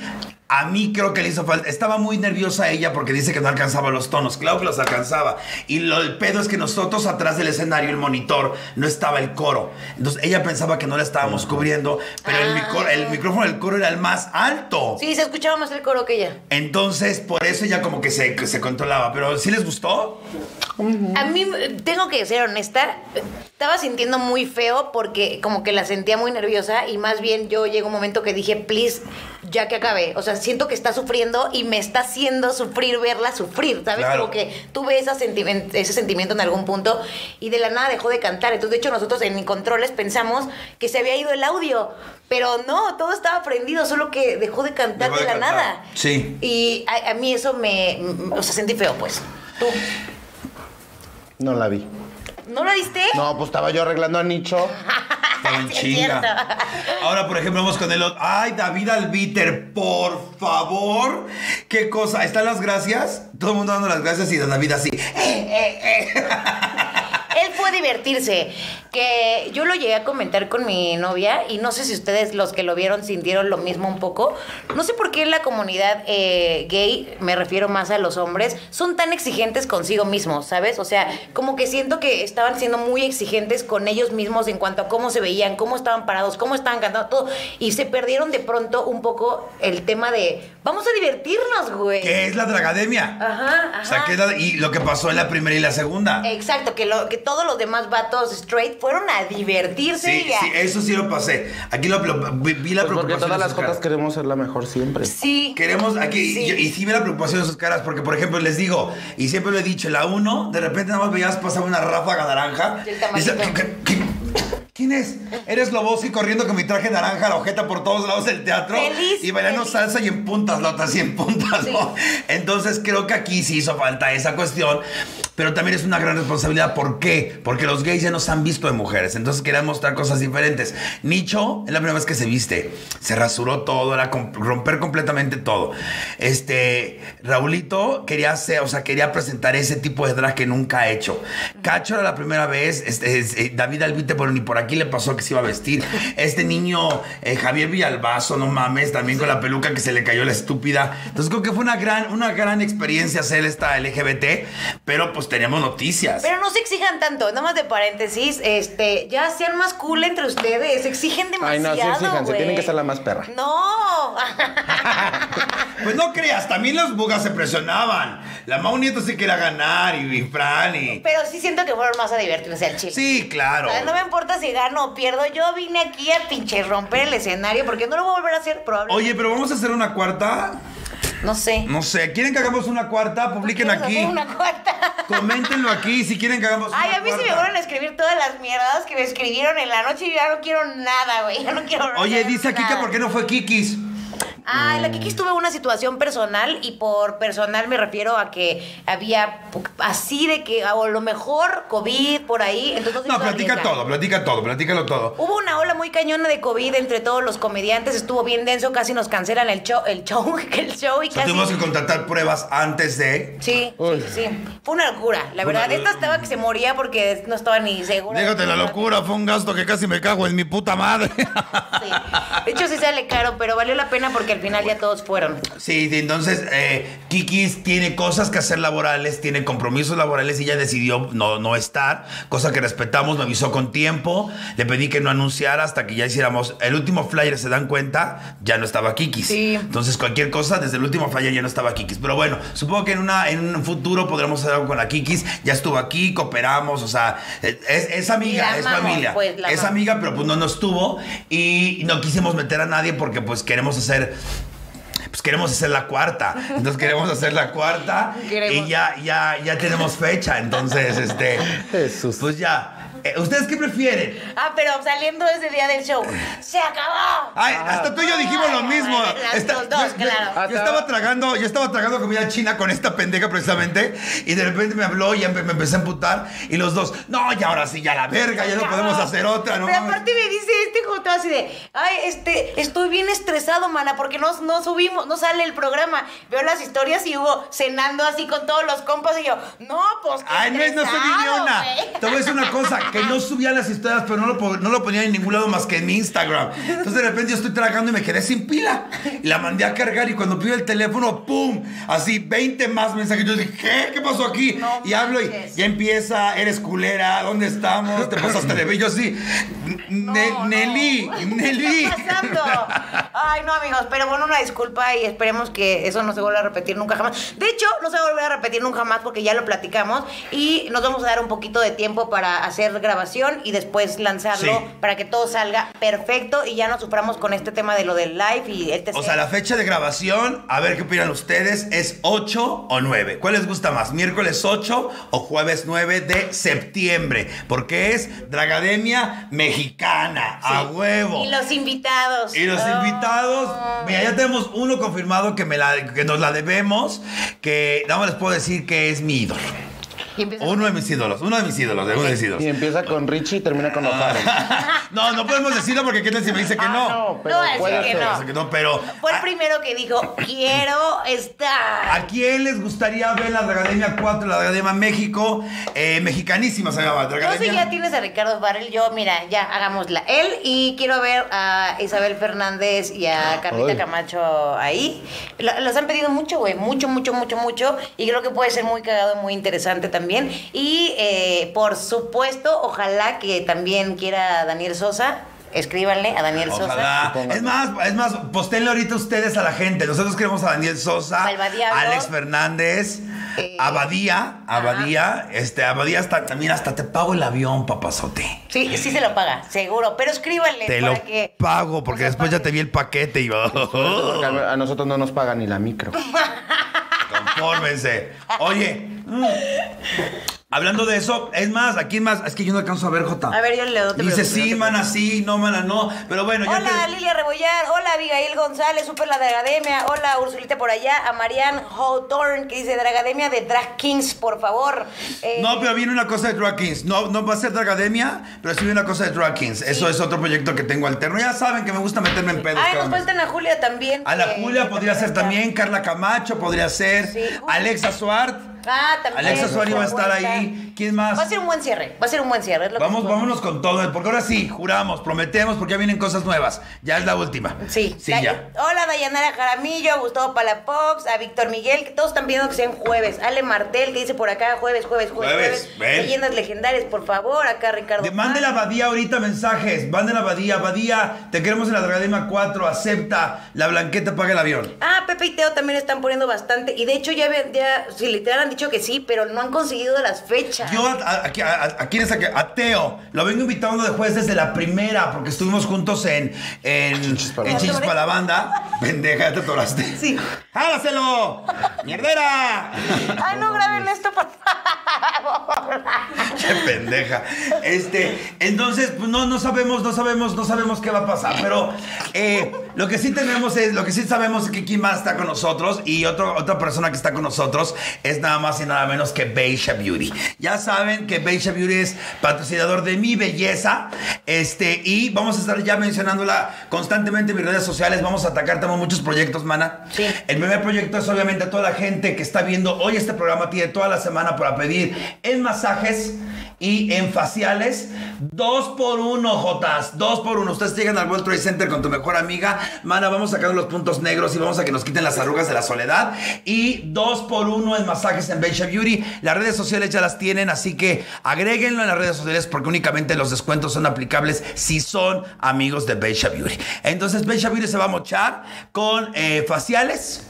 A mí creo que le hizo falta. Estaba muy nerviosa ella porque dice que no alcanzaba los tonos. Claro que los alcanzaba. Y lo, el pedo es que nosotros atrás del escenario, el monitor, no estaba el coro. Entonces ella pensaba que no la estábamos cubriendo, pero el,
Ah.
micro- el micrófono del coro era el más alto.
Sí, se escuchaba más el coro que ella.
Entonces por eso ella como que se, que se controlaba. Pero ¿sí les gustó?
A mí, eh, tengo que ser honesta, eh, estaba sintiendo muy feo porque como que la sentía muy nerviosa y más bien yo llegó un momento que dije, please, ya que acabé. O sea, siento que está sufriendo y me está haciendo sufrir verla sufrir, ¿sabes?
Claro.
Como que tuve esa sentimen- ese sentimiento en algún punto y de la nada dejó de cantar. Entonces, de hecho, nosotros en Controles pensamos que se había ido el audio, pero no, todo estaba prendido, solo que dejó de cantar
Dejó
de,
de
la
cantar.
nada.
Sí.
Y a, a mí eso me, mm, o sea, sentí feo, pues. ¿Tú?
No la vi.
¿No la viste?
No, pues estaba yo arreglando a Nicho. Pues
Estaba en
Sí, es
chinga.
cierto.
Ahora, por ejemplo, vamos con el otro. Ay, David Albiter, por favor. Qué cosa. ¿Están las gracias? Todo el mundo dando las gracias y David así.
Él fue a divertirse. Que yo lo llegué a comentar con mi novia y no sé si ustedes los que lo vieron sintieron lo mismo un poco. No sé por qué en la comunidad eh, gay, me refiero más a los hombres, son tan exigentes consigo mismos, ¿sabes? O sea, como que siento que estaban siendo muy exigentes con ellos mismos en cuanto a cómo se veían, cómo estaban parados, cómo estaban cantando, todo. Y se perdieron de pronto un poco el tema de, vamos a divertirnos, güey.
¿Qué es la Dragademia?
Ajá, ajá. Eh,
O sea, ¿qué es la- y lo que pasó en la primera y la segunda.
Exacto, que, lo, que todos los demás vatos straight fueron a divertirse
Sí,
y a...
sí, eh, eso sí lo pasé. Aquí lo, lo- vi, vi la
Pues porque
preocupación.
todas
de
las
sus caras.
jotas queremos ser la mejor siempre.
Sí.
Queremos aquí,
Sí.
y, yo- y sí vi la preocupación de sus caras, porque por ejemplo les digo, y siempre lo he dicho, la 1, de repente nada más veías pasar una ráfaga naranja.
Y el tamalito.
Dice, "¿Qué- qué- qué- ¿Quién es? ¿Eres Loboski corriendo con mi traje naranja, la ojeta por todos lados del teatro?
Feliz,
y bailando
feliz.
salsa y en puntas, la otra sí en puntas, ¿no? Entonces creo que aquí sí hizo falta esa cuestión, pero también es una gran responsabilidad. ¿Por qué? Porque los gays ya nos han visto de mujeres, entonces querían mostrar cosas diferentes. Nicho es la primera vez que se viste, se rasuró todo, era com- romper completamente todo. Este, Raulito quería hacer, o sea, quería presentar ese tipo de drag que nunca ha hecho. Cacho era la primera vez, este, es- eh, David Albite, bueno, ni por aquí le pasó que se iba a vestir. Este niño, eh, Javier Villalbazo, no mames, también con la peluca que se le cayó la estúpida. Entonces creo que fue una gran, una gran experiencia hacer esta LGBT, pero pues tenemos noticias.
Pero no se exijan tanto, nada más de paréntesis, este, ya sean más cool entre ustedes, se exigen
Ay,
demasiado,
no, sí, exijan, se
güey.
tienen que ser la más perra.
No,
Pues no creas, también las bugas se presionaban. La Mau Nieto sí quería ganar y, y Fran y...
pero sí siento que fueron más a divertirse al chile.
Sí, claro.
O sea, No me importa si gano o pierdo, yo vine aquí a pinche romper el escenario porque no lo voy a volver a hacer probablemente.
Oye, pero vamos a hacer una cuarta.
no sé.
No sé, ¿quieren que hagamos una cuarta? Publiquen
Vamos a
aquí.
Pues, hacer una cuarta.
Coméntenlo aquí si quieren que hagamos
Ay,
una
a mí se me
cuarta.
vuelven a escribir todas las mierdas que me escribieron en la noche y yo ya no quiero nada, güey. Ya no quiero
Oye,
saber
dice aquí que
nada.
por qué Mm. no fue Kikis.
Ah, en la Kikis tuve una situación personal y por personal me refiero a que había pu- así de que a lo mejor COVID por ahí. Entonces se
No,
hizo
platica
rica.
todo, platica todo, platícalo todo.
Hubo una ola muy cañona de COVID entre todos los comediantes, estuvo bien denso, casi nos cancelan el show, el show, el show y
O sea,
casi...
tuvimos que contratar pruebas antes de.
Sí, sí,
Uy.
sí, sí. Fue una locura. La
Fue
verdad,
una-
esta estaba que se moría porque no estaba ni segura.
Déjate la locura, fue un gasto que casi me cago en mi puta madre.
Sí. De hecho, sí sale caro, pero valió la pena porque al final ya todos fueron.
Sí, sí, entonces eh, Kikis tiene cosas que hacer laborales, tiene compromisos laborales y ella decidió no, no estar, cosa que respetamos, me avisó con tiempo, le pedí que no anunciara hasta que ya hiciéramos el último flyer, se dan cuenta, ya no estaba Kikis.
Sí.
Entonces cualquier cosa, desde el último flyer ya no estaba Kikis. Pero bueno, supongo que en, una, en un futuro podremos hacer algo con la Kikis, ya estuvo aquí, cooperamos, o sea, es, es amiga,
La
es
amamos,
familia,
pues, la
es
amamos.
amiga, pero pues no nos tuvo y no quisimos meter a nadie porque pues queremos hacer pues queremos hacer la cuarta. Entonces queremos hacer la cuarta
Queremos.
y ya, ya, ya tenemos fecha. Entonces, este.
Jesús.
Pues ya. Eh, ¿Ustedes qué prefieren?
Ah, pero saliendo ese día del show, ¡se acabó!
Ay, hasta tú y yo dijimos lo mismo.
Ah. Las
Está-
dos, dos,
yo, yo-
claro.
yo estaba tragando, yo estaba tragando comida china con esta pendeja precisamente y de repente me habló y ya me, me empecé a emputar y los dos, no, ya ahora sí, ya la verga, ya no podemos hacer otra, ¿no?
Pero
mames".
aparte me dice este junto así de, ay, este, estoy bien estresado, mana, porque no, no subimos, no sale el programa. Veo las historias y hubo cenando así con todos los compas y yo, no, pues qué
Ay, no es, no soy
estresado,
idiota.
güey".
Te voy a decir una cosa, que no subía las historias, pero no lo, po- no lo ponía en ningún lado más que en mi Instagram. Entonces de repente yo estoy tragando y me quedé sin pila. Y la mandé a cargar y cuando pido el teléfono, ¡pum! Así 20 más mensajes. Yo dije, ¿qué? ¿Qué pasó aquí?
No
y hablo y
manches.
ya empieza, eres culera, ¿dónde estamos? Te pasaste de bello así. "Ne-
No, no.
Nelly, Nelly.
¿Qué está pasando? Ay, no, amigos, pero bueno, una disculpa y esperemos que eso no se vuelva a repetir nunca jamás. De hecho, no se va a volver a repetir nunca más porque ya lo platicamos y nos vamos a dar un poquito de tiempo para hacer grabación y después lanzarlo
Sí.
para que todo salga perfecto y ya no suframos con este tema de lo del live y etc.
O sea, la fecha de grabación, a ver qué opinan ustedes, es 8 o 9. ¿Cuál les gusta más? ¿Miércoles 8 o jueves 9 de septiembre? Porque es Dragademia Mexicana, a huevo.
Y los invitados.
Y los
Oh.
invitados, mira, ya tenemos uno confirmado que, me la, que nos la debemos, que nada más les puedo decir que es mi ídolo.
Y empiezas-
Uno de mis ídolos, uno de mis ídolos, de uno de mis ídolos.
Y empieza con Richie y termina con O'Farrell.
No, no podemos decirlo porque qué tal si me dice que
Ah,
no.
no, pero
No, así
puede
que
ser.
no.
O sea, que no, pero...
Fue el
ah,
primero que dijo, quiero estar.
¿A quién les gustaría ver la Dragademia 4, la Dragademia México? Eh, mexicanísima se llama,
No sé, ya
Dragademia.
tienes a Ricardo Farrell. Yo, mira, ya hagámosla. Él y quiero ver a Isabel Fernández y
Ah,
a Carlita
Ay.
Camacho ahí. Lo- los han pedido mucho, güey. Mucho, mucho, mucho, mucho. Y creo que puede ser muy cagado, muy interesante también. Y eh, por supuesto, ojalá que también quiera Daniel Sosa. Escríbanle a Daniel Sosa.
Ojalá. Es más, es más, postenle ahorita ustedes a la gente. Nosotros queremos a Daniel Sosa,
Malvadiablo.
Alex Fernández,
Eh,
Abadía, Abadía, este, Abadía hasta, también hasta te pago el avión, papazote.
Sí, sí se lo paga, seguro. Pero escríbanle
Te
Eh, para
lo
que.
pago, porque
nos
después ya te
apaguen.
vi el paquete y
Porque a a nosotros no nos pagan ni la micro.
Confórmense. Oye, mm, hablando de eso, es más, ¿a quién más? Es que yo no alcanzo a ver, Jota.
A ver, yo le doy otra
Dice,
pregunta, no
sí,
te
mana, sí, no, mana, no. Pero bueno, ya
Hola
te-
Lilia Rebollar, hola Abigail González, super la Dragademia, hola Ursulita por allá, a Marianne Hawthorne que dice Dragademia de Drag Kings, por favor. Eh,
No, pero viene una cosa de Drag Kings. No, no va a ser de academia, pero sí viene una cosa de Drag Kings. Eso es otro proyecto que tengo alterno. Ya saben que me gusta meterme en pedos.
Ay,
cada
nos
mes.
faltan a Julia también.
A la
que-
Julia
que
podría ser
está.
también, Carla Camacho podría ser,
Sí. Uy.
Alexa Suárez.
Ah, también.
Alexa Suárez va a estar
Buena.
ahí. ¿Quién más?
Va a ser un buen cierre, va a ser un buen cierre. es lo que
Vamos,
supongo.
vámonos con todo, porque ahora sí, juramos, prometemos, porque ya vienen cosas nuevas. Ya es la última.
Sí,
Sí,
Da-
ya.
Hola Dayanara Jaramillo, a Gustavo Palapops, a Víctor Miguel, que todos están viendo que sean jueves. Ale Martel, que dice por acá jueves, jueves, jueves.
Jueves, ven.
Leyendas legendarias, por favor, acá Ricardo.
De- Manden a Badía ahorita mensajes. Manden a Badía. Badía, te queremos en la Dragadema 4. Acepta. La Blanqueta paga el avión.
Ah, Pepe y Teo también están poniendo bastante. Y de hecho ya, ve- ya si literal han dicho que sí, pero no han conseguido las fechas.
Yo a, a, a- a- a quién es a, que- a Teo. Lo vengo invitando de juez desde la primera, porque estuvimos juntos en, en,
Chinchis para la
en
banda.
Chinchis para la banda. Pendeja, ya te atoraste.
Sí.
¡Hálaselo! ¡Mierdera!
Ah, no, graben esto, por favor.
Qué pendeja. Este, entonces, pues, no, no sabemos, no sabemos, no sabemos qué va a pasar. Pero eh, lo que sí tenemos es, lo que sí sabemos es que quién más está con nosotros. Y otro, otra persona que está con nosotros es nada más y nada menos que Beisha Beauty. Ya saben que Beisha Beauty es patrocinador de mi belleza. Este, y vamos a estar ya mencionándola constantemente en mis redes sociales. Vamos a atacar, tenemos muchos proyectos, mana.
Sí.
El primer proyecto es obviamente a toda la gente que está viendo hoy este programa tiene toda la semana para pedir en masajes y en faciales. Dos por uno, Jotas. Dos por uno. Ustedes llegan al World Trade Center con tu mejor amiga. Mana, vamos sacando los puntos negros y vamos a que nos quiten las arrugas de la soledad. Y dos por uno en masajes en Beisha Beauty. Las redes sociales ya las tienen, así que agréguenlo en las redes sociales porque únicamente los descuentos son aplicables si son amigos de Beisha Beauty. Entonces, Beisha Beauty se va a mochar con eh, faciales.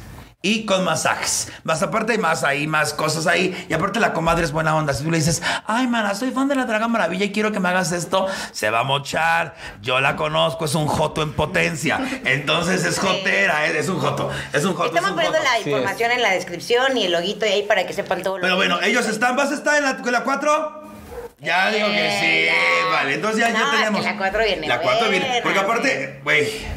Y con masajes. Más aparte hay más ahí, más cosas ahí. Y aparte la comadre es buena onda. Si tú le dices, ay, mana, soy fan de la Draga Maravilla y quiero que me hagas esto, se va a mochar. Yo la conozco, es un joto en potencia. Entonces es jotera, ¿eh? es un joto. Es un joto. es
Estamos
un
poniendo
joto.
la
es.
información en la descripción y el loguito y ahí para que sepan todo lo
Pero
que-
bueno, ellos están, ¿vas a estar en la, en la 4? Ya digo que
Eh,
sí,
ya.
vale. Entonces ya, ya
No, es que
tenemos.
la cuatro viene
La 4 viene.
buena,
Porque aparte, güey,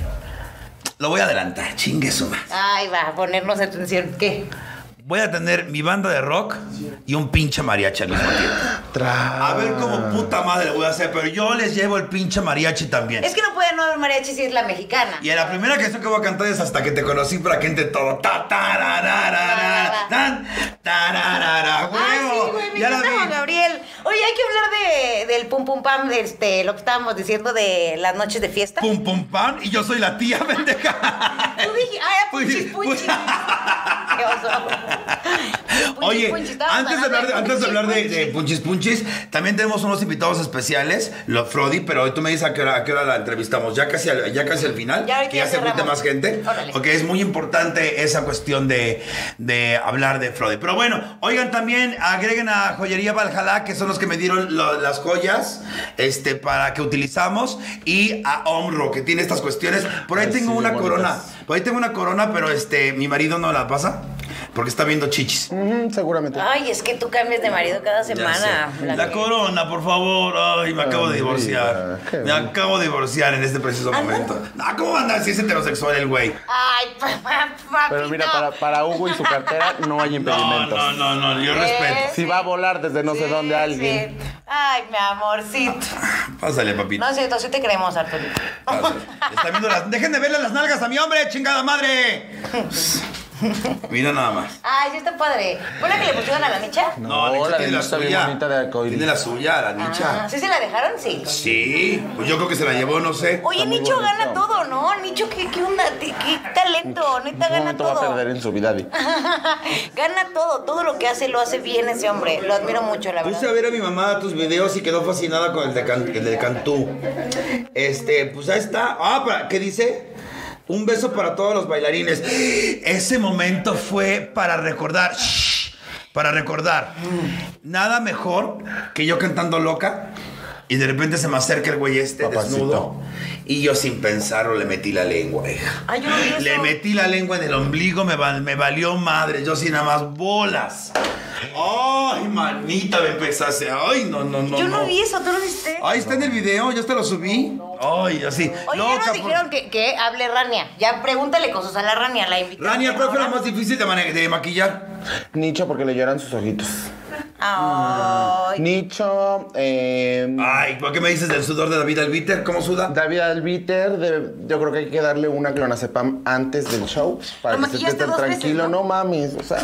lo voy a adelantar, chingue su madre.
Ay, va, a ponernos atención. ¿Qué?
Voy a tener mi banda de rock y un pinche mariachi al mismo tiempo.
Tra-
A ver
Ah.
cómo puta madre le voy a hacer, pero yo les llevo el pinche mariachi también.
Es que no puede no haber mariachi si es la mexicana.
Y la primera canción que voy a cantar es Hasta que te conocí para que entre todo. Ta, tarararara, tan, tararara,
Ay, sí,
huevo.
Ah, güey, me
Ya la
encanta
vi.
Juan Gabriel. Oye, hay que hablar del pum pum pam, este, lo que estábamos diciendo de las noches de fiesta.
Pum, pum, pam. Y yo soy la tía, pendeja.
Tú dije, ay, a puchis,
Pues-
puchis. Qué oso. Puchis,
Oye,
puchis, estábamos
antes de hablar, de, antes de, hablar de, de punchis punchis, también tenemos unos invitados especiales, los Frodi, pero hoy tú me dices a qué hora, a qué hora la entrevistamos, ya casi al, ya casi al final,
Ya ahorita
que ya
ya
se apunte
cerramos.
más gente,
Órale.
porque es muy importante esa cuestión de, de hablar de Frodi. Pero bueno, oigan también, agreguen a Joyería Valhalla, que son los que me dieron lo- las joyas este, para que utilizamos, y a Omro, que tiene estas cuestiones. Por ahí
Ay,
tengo
sí,
una
bonitas.
corona, por ahí tengo una corona, pero este, mi marido no la pasa, porque está viendo chichis.
Ujú, seguramente.
Ay, es que tú cambias de marido cada
Ya
semana.
sé. La, corona, por favor. Ay, me acabo de
Ay,
divorciar.
mira, Ah, qué
me
bueno.
acabo de divorciar en este preciso
¿Ah, no?
momento. Ah, ¿cómo va a andar si es heterosexual el güey?
Ay, papá, papá.
Pero mira, para, para Hugo y su cartera no hay
No,
impedimentos.
no, no, no, yo
Eh.
respeto.
Si va a volar desde no sé dónde a alguien.
Ay, mi amorcito.
Pásale, papito.
No es cierto, sí te queremos, Arturito.
Pásale. Está viendo las- Dejen de verle las nalgas a mi hombre, chingada madre. Mira nada más.
Ay, sí está padre. ¿Fue la que le pusieron a la nicha?
No,
No, Anicha
la
tiene la
Anicha bien
suya.
bonita de arcoíris.
Tiene la suya, la
Ah,
Nicha.
¿Sí se la dejaron? Sí.
Sí, pues yo creo que se la llevó, no sé.
Oye,
muy
Nicho
bonito.
gana todo, ¿no? Nicho, ¿qué, qué onda? ¿Qué, qué talento?
En
Neta,
algún
gana
momento va a
todo.
perder en su vida. Di.
gana todo. Todo lo que hace, lo hace bien ese hombre. Lo admiro mucho, la
Puse
verdad.
a ver a mi mamá tus videos y quedó fascinada con el de, Can- el de Cantú. Este, pues ahí está. Ah, para- ¿qué dice? Un beso para todos los bailarines. Ese momento fue para recordar. shh, Para recordar. Nada mejor que yo cantando loca y de repente se me acerca el güey este
Papacito.
desnudo y yo sin pensarlo le metí la lengua, hija.
Ay, yo no vi
Le
eso.
metí la lengua en el ombligo, me, val- me valió madre. Yo sí nada más bolas. Ay, manita, me empezaste. Ay, no, no, no.
Yo no vi eso, ¿tú lo viste?
Ahí está en el video, yo te lo subí. Ay, así.
Oye, ya
Loca,
nos
por-
dijeron que, que hable Rania. Ya pregúntale cosas a la Rania, la invitamos.
Rania, ¿cuál fue la más difícil de, mane- de maquillar?
Nicho porque le lloran sus ojitos.
Ay.
Nicho, eh,
Ay, ¿por qué me dices del sudor de David Albiter? ¿Cómo suda?
David Albiter, de- yo creo que hay que darle una clonazepam antes del show para
Lo
que se
maquillaste
esté
dos veces,
tranquilo.
¿no?
¿no? mames, o sea.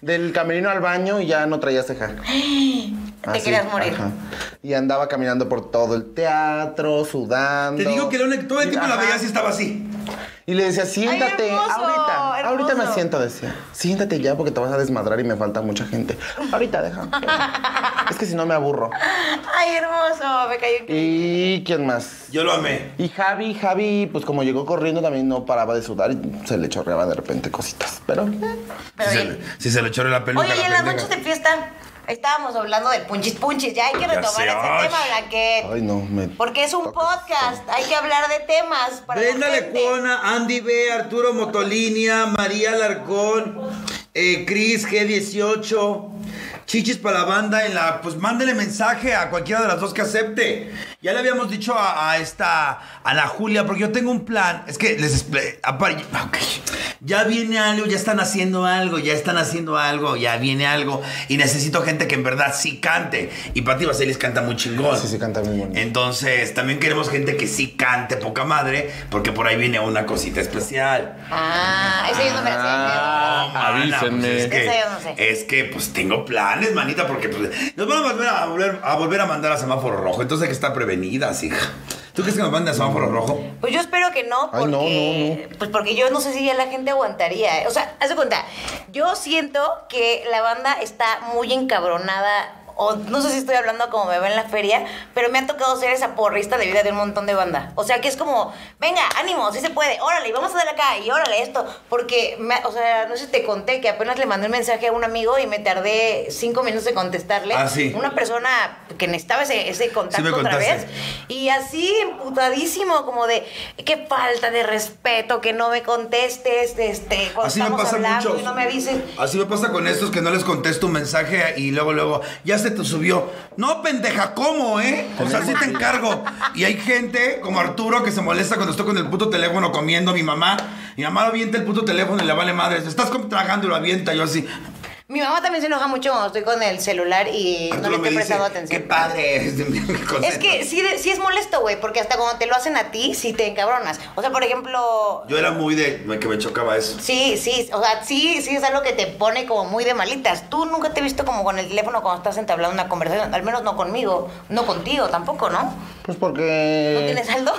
del camerino al baño y ya no traía ceja. Así,
querías morir.
Ah, ajá. Y andaba caminando por todo el teatro, sudando.
Te digo que era una- todo el tiempo la
Ajá.
veía así estaba así.
Y le decía, siéntate,
hermoso,
ahorita, ahorita me
hermoso.
siento, decía. Siéntate ya porque te vas a desmadrar y me falta mucha gente. Ahorita deja. es que si no me aburro.
Ay, hermoso. Me cayó.
¿Y quién más?
Yo lo amé.
Y Javi, Javi, pues como llegó corriendo también no paraba de sudar y se le chorreaba de repente cositas. Pero
Pero
si,
bien.
se, si se le choró la peluca.
Oye, y
la
en las
pendeja.
noches de fiesta estábamos hablando de punchis punchis. Ya hay que
Ya
retomar
sé,
ese
ay.
tema, Blanquet.
ay no, me
Porque es un podcast. Hay que hablar de temas. Para la
Brenda
gente.
Lecuona, Andy B, Arturo Motolinia, María Larcón, eh, Cris G18, Chichis para la banda en la. Pues mándele mensaje a cualquiera de las dos que acepte. Ya le habíamos dicho a, a esta Ana Julia, porque yo tengo un plan. Es que les expl- apar- ok. Ya viene algo, ya están haciendo algo, ya están haciendo algo, ya viene algo. Y necesito gente que en verdad sí cante. Y Pati Baselis canta muy chingón.
Sí, sí, canta muy bonito.
Entonces, también queremos gente que sí cante poca madre, porque por ahí viene una cosita especial.
Ah, ese yo no me la sé.
Ah.
mana,
avísenme.
pues es, que,
Eso yo no sé.
es que, pues tengo planes, manita, porque pues, nos van a volver a, volver, a volver a mandar a semáforo rojo. Entonces hay que estar prevenidas, hija. ¿Tú crees que nos manden a semáforo rojo?
Pues yo espero que no,
Ay, no,
porque, Pues porque yo no sé si ya la gente aguantaría. ¿eh? O sea, haz de cuenta, yo siento que la banda está muy encabronada. O no sé si estoy hablando como me va en la feria, pero me ha tocado ser esa porrista de vida de un montón de banda. O sea, que es como, venga, ánimo, sí se puede, órale, y vamos a dar acá, y órale esto. Porque, me ha- o sea, no sé si te conté que apenas le mandé un mensaje a un amigo y me tardé cinco minutos en contestarle.
Ah, sí.
Una persona que necesitaba ese, ese contacto otra
contaste.
vez. Y así, emputadísimo, como de qué falta de respeto, que no me contestes, este, cuando
Así me
estamos
pasa
hablando
mucho.
y no me avises.
Así me pasa con estos que no les contesto un mensaje y luego, luego, ya se te subió. No, pendeja, ¿cómo, eh? O sea, sí te encargo. Y hay gente como Arturo que se molesta cuando estoy con el puto teléfono comiendo a mi mamá. Mi mamá avienta el puto teléfono y le vale madre. Estás com- tragando y lo avienta. Yo así.
Mi mamá también se enoja mucho cuando estoy con el celular y
Arturo
no le
Ah, me
estoy
dice,
prestando
Qué
atención.
padre es.
Es que sí, de- sí es molesto, güey, porque hasta cuando te lo hacen a ti, sí te encabronas. O sea, por ejemplo,
Yo era muy de. Que me chocaba eso.
sí, sí, o sea, sí, sí es algo que te pone como muy de malitas. Tú nunca te he visto como con el teléfono cuando estás entablando una conversación, al menos no conmigo, no contigo tampoco, ¿no?
Pues
¿No
Eh,
porque.
tienes saldo?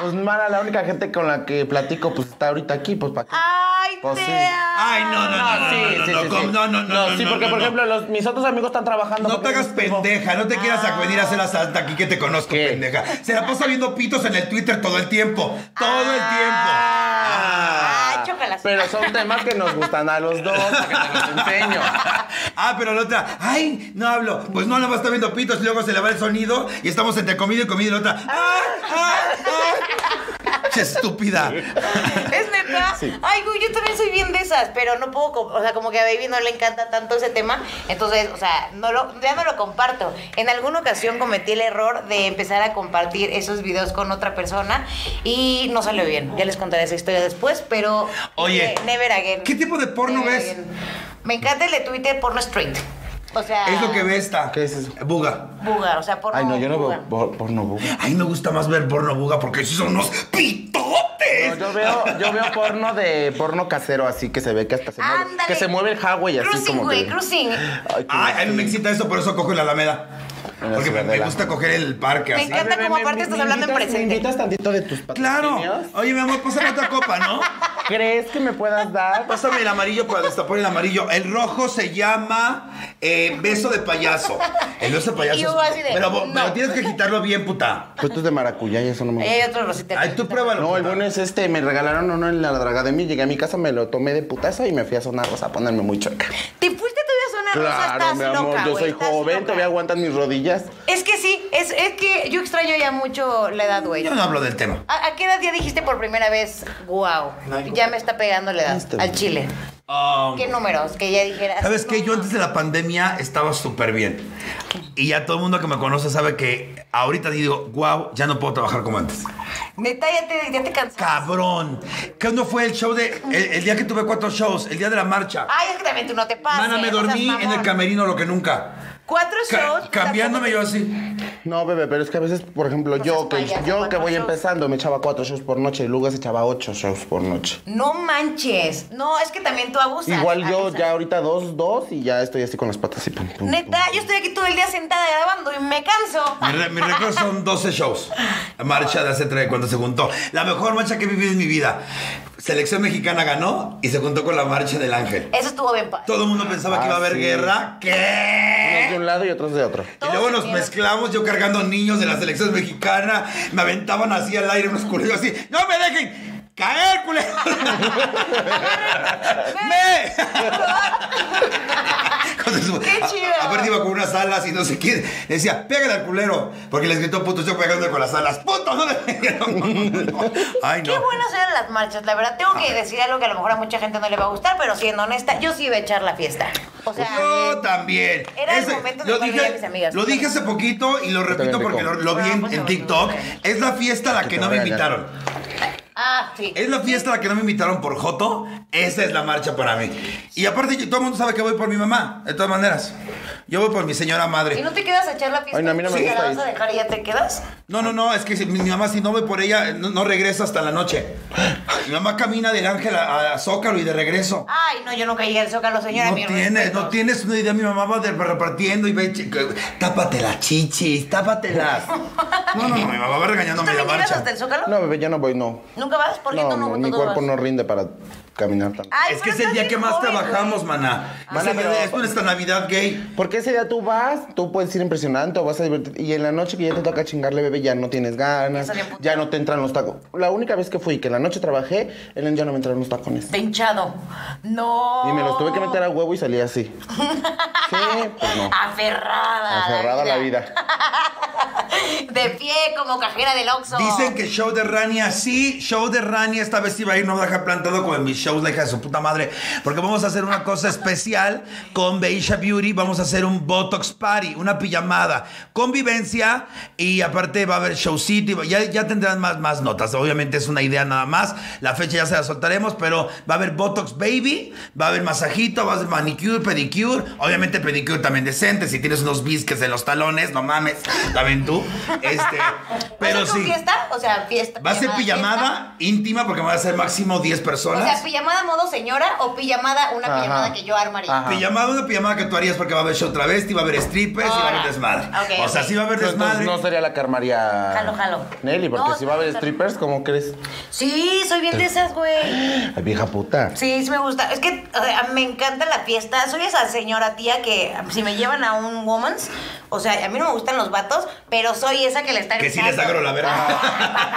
Pues Mara, la única gente con la que platico, pues está ahorita aquí, pues para qué.
¡Ay,
Pues sí.
te amo!
Ay, no, no, no,
Ah, sí,
no, no,
sí,
no,
sí,
com-
sí.
no, no, no, no,
sí,
no,
porque,
no,
por
no.
ejemplo, los- mis otros amigos están trabajando.
No
¿por
te
qué
hagas
digo?
pendeja, no te quieras a venir a hacer la santa aquí que te conozco,
¿Qué?
pendeja. Se la pasa viendo pitos en el Twitter todo el tiempo. Todo el tiempo. Ah.
¡Ah, chócalas!
Pero son temas que nos gustan a los dos, para que te los enseño.
Ah, pero la otra, ay, no hablo. Pues no, la va a estar viendo pitos y luego se le va el sonido y estamos entre comida y comida y la otra. ¡Ah! ¡Ah! ¡Ah! Che, estúpida.
Es neta.
Sí.
Ay, güey, yo también soy bien de esas, pero no puedo, com- o sea, como que a Baby no le encanta tanto ese tema, entonces, o sea, no lo, ya no lo comparto. En alguna ocasión cometí el error de empezar a compartir esos videos con otra persona y no salió bien. Ya les contaré esa historia después, pero
Oye,
ne- never again.
¿qué tipo de porno
Never
ves?
again. Me encanta el de Twitter porno straight. O sea,
Es lo que ve esta.
¿Qué es eso?
Buga.
Buga, o sea, porno.
Ay, no, yo no
buga.
veo por- porno buga.
Ay, me gusta más ver porno buga porque sí son unos
No,
pitotes.
yo veo, yo veo porno de porno casero, así que se ve que hasta se mueve.
Ándale.
Que se mueve el highway así
Cruising,
como.
güey,
que-
cruising.
Ay, qué
Ay, a mí me
asco.
excita eso, por eso cojo en la Alameda.
Este, En la
Porque me, me
Ciudadela.
gusta coger el parque
Me
así.
encanta. como aparte estás hablando en
invitas-
presente.
¿Me invitas tantito de tus
Claro.
patrocinios?
Oye, mi amor, pásame otra copa, ¿no?
¿Crees que me puedas dar?
Pues,
Pásame el amarillo para destapar el amarillo. El rojo se llama eh, beso de payaso. El beso de payaso.
Y
es-
hubo así de,
pero, bo-
no.
pero tienes que quitarlo bien, puta.
Pues tú de maracuyá y eso no me
Ahí
gusta.
hay otro rosita.
Ay, tú pruébalo.
No, el
puta.
bueno es este, me regalaron uno en la draga de mí, llegué a mi casa, me lo tomé de putazo y me fui a sonar rosa a ponerme muy chueca.
Te fuiste todavía a zona rosa, estás
mi amor,
loca,
yo
güey,
soy
estás
joven,
loca.
todavía aguantan mis rodillas.
Es que sí, es, es que yo extraño ya mucho la edad, güey.
Yo no hablo del tema.
¿A, a qué edad ya dijiste por primera vez, wow, ya me está pegando la edad
Este,
al
güey.
chile?
Ah,
¿Qué números? Que ya dijeras.
¿Sabes qué?
Oh, no,
Yo antes de la pandemia estaba súper bien. Y ya todo el mundo que me conoce sabe que ahorita digo, wow, ya no puedo trabajar como antes.
Neta, ya te, ya te cansaste.
Cabrón. ¿Cuándo fue el show de. El, el día que tuve cuatro shows, el día de la marcha.
Ay, es que también tú no te pases.
Mana, me
no seas
dormí en
mamón.
el camerino lo que nunca.
Cuatro
Ca-
shows.
cambiándome yo así.
No, bebé, pero es que a veces, por ejemplo,
No seas
yo que,
payaso,
yo que
cuatro
voy
shows.
empezando me echaba cuatro shows por noche y luego se echaba ocho shows por noche.
No manches. No, es que también tú abusas.
Igual yo
abusas.
ya ahorita dos, dos y ya estoy así con las patas y pum, pum. pum.
Neta, yo estoy aquí todo el día sentada grabando y me canso.
Mi, re- mi récord son 12 shows. Marcha de hace tres cuando se juntó. La mejor marcha que he vivido en mi vida. Selección mexicana ganó y se juntó con la marcha del ángel.
Eso estuvo bien padre.
Todo el mundo pensaba que
Ah,
iba a haber
sí.
guerra.
Unos de
¿Qué?
un lado y otros de otro.
Y
Todos
luego nos
tenían-
mezclamos, yo cargando niños de la selección mexicana, me aventaban así al aire unos culeros así, ¡no me dejen! ¡Caer, culeros! ¡Me! Con su-
¡Qué
a-
chido!
Aparte iba con unas alas y no sé qué. Le decía, pégale al culero. Porque les gritó puto, yo pegándole con las alas. ¡Puto! No le pegaron. Ay, no.
Qué buenas eran las marchas, la verdad. Tengo que decir algo que a lo mejor a mucha gente no le va a gustar, pero siendo honesta, yo sí iba a echar la fiesta. O sea, eh,
Yo también.
Era el momento de
lo
ponerle
dije,
a mis amigas.
Lo dije hace poquito y lo repito
también
porque
pico.
lo, lo vi
Ah,
en,
pues,
en
no,
TikTok.
no, no.
Es la fiesta a la que
te
no me
voy a
invitaron.
ah, sí.
Es la fiesta a la que no me invitaron por Joto. Esa es la marcha para mí. Y aparte, yo- todo el mundo sabe que voy por mi mamá. De todas maneras. Yo voy por mi señora madre.
¿Y no te quedas a echar la fiesta?
Ay, no, a mí no me
¿Te la
gusta
vas a
ir.
dejar y ya te quedas?
No, no, no, es que si- mi, mi mamá si no voy por ella, no, no regresa hasta la noche. Mi mamá camina del ángel a, a Zócalo y de regreso.
Ay, no, yo nunca llegué al Zócalo, Ah, señora.
No
mis
tienes,
respetos.
no tienes una idea, mi mamá va de- repartiendo y ve, chica, tápate las chichis, tápatelas. No, no, no, mi mamá va
¿Tú
regañándome la
también llegas
marcha.
hasta el Zócalo?
No, bebé, yo no voy, no.
¿Nunca vas? ¿Por qué
No,
tú no
mi-
tú
mi
no
cuerpo
vas?
no rinde para caminar tanto.
Ay,
es que
pero
es el
estás
día
bien
que más
joven,
trabajamos,
güey.
maná.
Mana,
Ese día
pero-
es nuestra Navidad gay.
Porque ese día tú vas, tú puedes ir impresionante o vas a divertirte. Y en la noche que ya te toca chingarle, bebé, ya no tienes ganas,
Ya salió puteado.
ya no te entran los tacos. La única vez que fui, que en la noche trabajé, en el ya no me entraron los tacones.
Está hinchado. No.
Y me los tuve que meter a huevo y salí así. Sí, pues no.
Aferrada. a
Aferrada a la vida.
De pie, como cajera del Oxxo.
Dicen que show de Rania sí, show de Rania esta vez sí va a ir, no va a dejar plantado como en mis shows, la hija de su puta madre. Porque vamos a hacer una cosa especial con Beisha Beauty, vamos a hacer un Botox Party, una pijamada, convivencia y aparte va a haber showcito y va- ya, ya tendrán más, más notas. Obviamente es una idea nada más, la fecha ya se la soltaremos, pero va a haber Botox Baby, va a haber masajito, va a haber manicure, pedicure, obviamente pedicure también decente, si tienes unos bisques en los talones, no mames, también tú. Este, pero
¿Va a ser con
sí.
fiesta? O sea, fiesta.
Va a ser pijamada íntima porque van a ser máximo 10
fiesta. O sea,
personas.
pijamada modo señora o pijamada, una
Ajá.
pijamada que yo armaría.
Ajá.
Ah. Pijamada, una pijamada que tú harías porque va a haber show travesti, va a haber strippers y va a haber
Ahora.
desmadre.
Ok,
o sea,
ok.
sí va a haber
Entonces,
desmadre.
no sería la que armaría
Jalo, jalo.
Nelly, porque
No,
si va a haber
jalo.
strippers, ¿cómo crees?
Sí, soy bien de esas, güey.
Ay, vieja puta.
Sí, sí me gusta. Es que o sea, me encanta la fiesta. Soy esa señora tía que si me llevan a un woman's, o sea, a mí no me gustan los vatos, pero soy esa que le está
Que sí les agro la
Ah.
verga.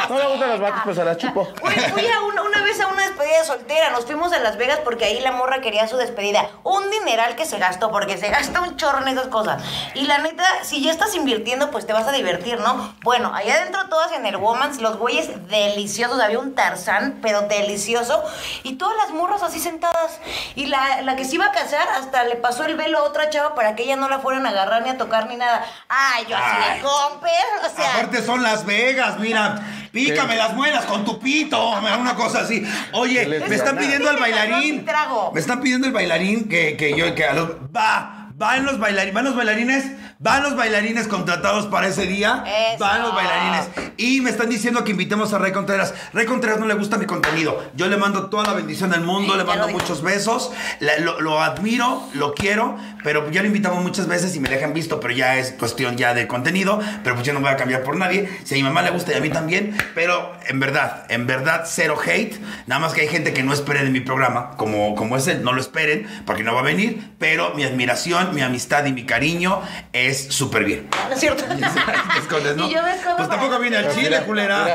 No le gustan los vatos, pues se las chupo.
Fui, fui a una, una vez a una despedida de soltera, nos fuimos a Las Vegas porque ahí la morra quería su despedida. Un dineral que se gastó, porque se gasta un chorro en esas cosas. Y la neta, si ya estás invirtiendo, pues te vas a divertir, ¿no? Bueno, allá adentro todas en el Woman's, los güeyes deliciosos, había un tarzán, pero delicioso. Y todas las morras así sentadas. Y la, la que se iba a casar, hasta le pasó el velo a otra chava para que ella no la fueran a agarrar ni a tocar ni nada. Ay, yo así
Ay.
de compes, o sea.
Aparte son Las Vegas, mira. Pícame
¿Qué?
las muelas con tu pito, una cosa así. Oye,
¿Qué les
me están
gana?
pidiendo al
Sí, no, no,
bailarín.
sí trago.
Me están pidiendo el bailarín que, que yo que a los va, van los bailarines, van los bailarines, van los bailarines contratados para ese día.
Eso.
Van los bailarines. Y me están diciendo que invitemos a Rey Contreras. Rey Contreras no le gusta mi contenido. Yo le mando toda la bendición del mundo,
Sí,
le
ya
mando
lo dijo.
muchos besos, la- lo, lo admiro, lo quiero, pero ya lo invitamos muchas veces y me dejan visto, pero ya es cuestión ya de contenido, pero pues yo no voy a cambiar por nadie. Si a mi mamá le gusta y a mí también, pero en verdad, en verdad, cero hate. Nada más que hay gente que no espera de mi programa, como, como es él, no lo esperen, porque no va a venir, pero mi admiración, mi amistad y mi cariño es súper bien.
¿No es cierto?
Te escondes, ¿no?
Y yo me escondo
Pues
para-
tampoco viene al
Pero
chile,
mira,
culera.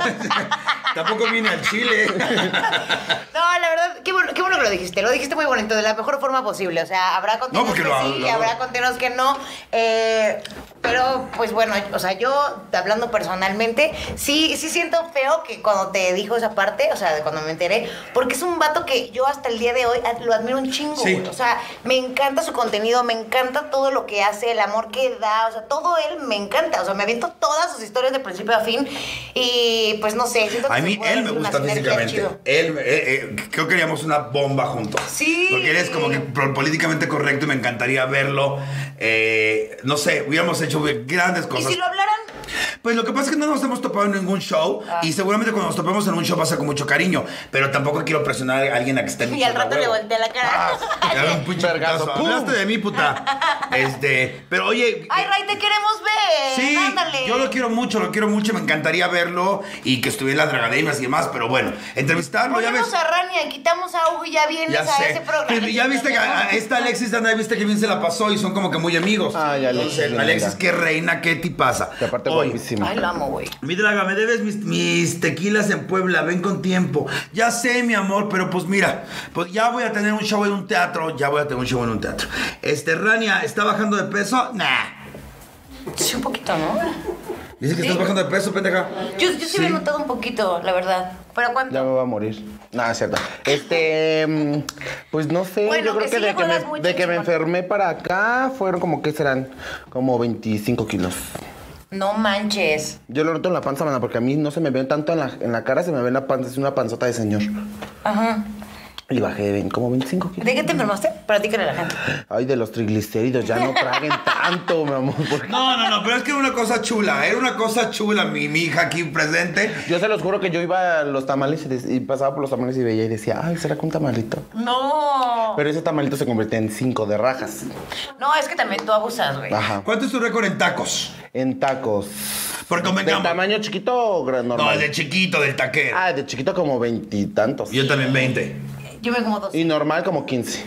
tampoco viene al chile.
No, la verdad, qué bueno, qué bueno que lo dijiste. Lo dijiste muy bonito, de la mejor forma posible. O sea, habrá contenidos
porque
que
lo-
sí,
lo-
y habrá contenidos que no. eh, pero, pues bueno, o sea, yo, hablando personalmente, sí, sí siento feo que cuando te dijo esa parte, o sea, de cuando me enteré, porque es un vato que yo hasta el día de hoy ad- lo admiro un chingo.
Sí.
güey. O sea, me encanta su contenido, me encanta todo lo que hace, el amor que da, o sea, todo él me encanta. O sea, me aviento todas sus historias de principio a fin y, pues no sé, siento que
A
se
mí
puede
él me
hacer una
gusta
sinergia
físicamente.
chido.
Él, eh, eh, creo que haríamos una bomba juntos.
Sí.
Porque él es como que pro- políticamente correcto y me encantaría verlo. Eh, no sé, hubiéramos hecho grandes
Y
cosas.
si lo hablaran,
Pues lo que pasa es que no nos hemos topado en ningún show
Ah.
y seguramente cuando nos topemos en un show va a ser con mucho cariño, pero tampoco quiero presionar a alguien a que esté en mi
Y al
show,
rato
a
le
huevo.
voltea la cara.
Ah, ya, un pinche
Vergazo,
putazo.
¡pum!
Hablaste de mí, puta. Este, pero oye,
ay, Ray, te queremos ver.
Sí,
Eh, Ándale.
yo lo quiero mucho, lo quiero mucho, me encantaría verlo y que estuviera en las dragademas y demás, pero bueno, entrevistarlo, ya ves.
Ponemos a Rania, quitamos a Hugo y ya vienes
Ya
a
sé.
ese programa.
Pero ya viste que a, a esta Alexis de Andrade, viste que bien se la pasó y son como que muy amigos.
Ay, Ah, Alexis,
Entonces,
linda.
Alexis, qué reina, qué tipaza.
Y aparte
Hoy,
guapísima.
Ay, lo amo, güey.
mi draga, me debes mis, mis tequilas en Puebla, ven con tiempo. Ya sé, mi amor, pero pues mira, pues ya voy a tener un show en un teatro, ya voy a tener un show en un teatro. Este, Rania, ¿está bajando de peso? Nah.
Sí, un poquito, ¿no?
Dice que estás bajando de peso, pendeja.
Yo, yo sí, me he
Sí.
notado un poquito, la verdad. Pero
Ya
cuánto.
me voy a morir. Nada, es cierto. Este, mm, pues no sé,
Bueno,
yo creo
que
que,
sí le
de, que
juegas mucho
me, de que me
chingón.
enfermé para acá fueron como que serán como 25 kilos.
No manches.
Yo lo noto en la panza, mana, porque a mí no se me ve tanto en la, en la cara, se me ve en la panza, es una panzota de señor.
Ajá.
Y bajé de 20, como 25 kilos.
¿De qué te enfermaste? Platícale a la gente.
Ay, de los triglicéridos, ya no traguen tanto, mi amor. porque-
No, no, no, pero es que era una cosa chula, era una cosa chula mi, mi hija aquí presente.
Yo se los juro que yo iba a los tamales y, de- y pasaba por los tamales y veía y decía, ay, será que un tamalito.
No.
Pero ese tamalito se convirtió en cinco de rajas.
No, es que también tú abusas, güey.
Ajá.
¿Cuánto es tu récord en tacos?
En tacos.
Porque
¿De
convengamos.
tamaño chiquito o gran-
No,
normal?
el de chiquito, del taquero.
Ah, de chiquito como veintitantos.
Yo también 20.
Yo me como dos.
Y normal como 15.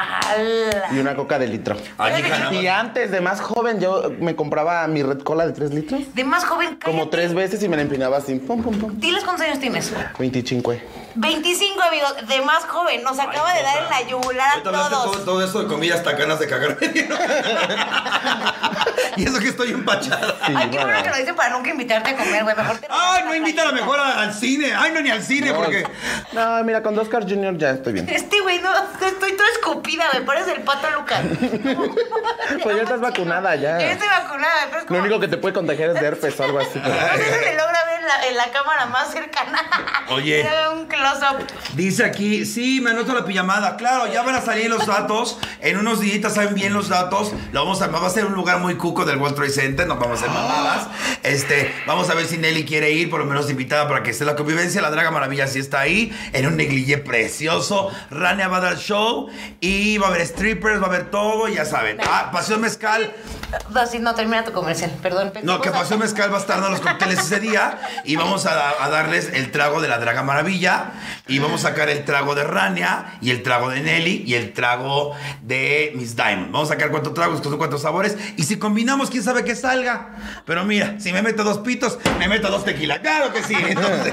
¡Hala!
Y una coca de litro.
Ay, hija,
Y
no.
antes, de más joven, yo me compraba mi red cola de 3 litros.
De más joven, cállate.
Como tres veces y me la empinaba así. Pum, pum, pum. eh.
Diles cuántos años tienes.
25.
25, amigos, de más joven. Nos acaba de dar en la yugular a
Ahorita hablaste
todos.
todo, todo eso de comidas tacanas de cagar. Y eso que estoy empachada.
Sí,
Ay, qué bueno
bueno.
que lo dicen para nunca invitarte a comer, güey. Mejor te
Ay, no invita a la
la
mejor a- al cine. Ay, no, ni al cine, porque.
No, mira, con dos Cars Jr. ya estoy bien.
Este güey, no, estoy toda escupida, me parece el pato Lucas.
Pues ya estás vacunada, ya.
Yo ya estoy vacunada, pero es
Lo
como...
único que te puede contagiar es de herpes o algo así. pero-
No sé si se logra ver en la, en la cámara más cercana.
Oye.
Se ve un close-up.
Dice aquí, sí, me anoto la pijamada. Claro, ya van a salir los datos. En unos días saben bien los datos. Lo vamos a, va a ser un lugar muy cuco del World Trade Center. Nos vamos a hacer mamadas. Este, vamos a ver si Nelly quiere ir, por lo menos invitada para que esté la convivencia. La Draga Maravilla sí está ahí, en un negligé precioso. Rania va a dar show y va a haber strippers, va a haber todo, ya saben. Ah, Pasión Mezcal.
No, sí, no, termina tu comercial, perdón.
No, que Pasión Mezcal va a estar dando los cócteles ese día y vamos a, a darles el trago de la Draga Maravilla y vamos a sacar el trago de Rania y el trago de Nelly y el trago de Miss Diamond. Vamos a sacar cuatro tragos, cuatro, cuatro sabores y si combinamos, quién sabe qué salga. Pero mira, si me meto dos pitos, me meto dos tequila. Claro que sí. Entonces,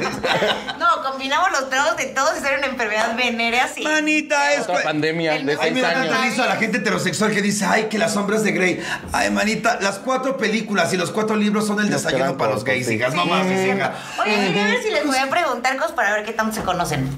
No, combinamos los tragos de todos y ser una enfermedad venérea, sí.
manita, es...
Otra pandemia de
Ay,
seis
mira,
años.
tanta a la gente heterosexual que dice, ay, que las sombras de Grey. Ay, manita, las cuatro películas y los cuatro libros son el
Nos
desayuno
quedan
para los
cortos,
gays,
sí.
hijas. No
Sí,
mames,
sí, sí.
hija.
Oye, quería ver si les voy a preguntar cosas para ver qué tanto se conocen.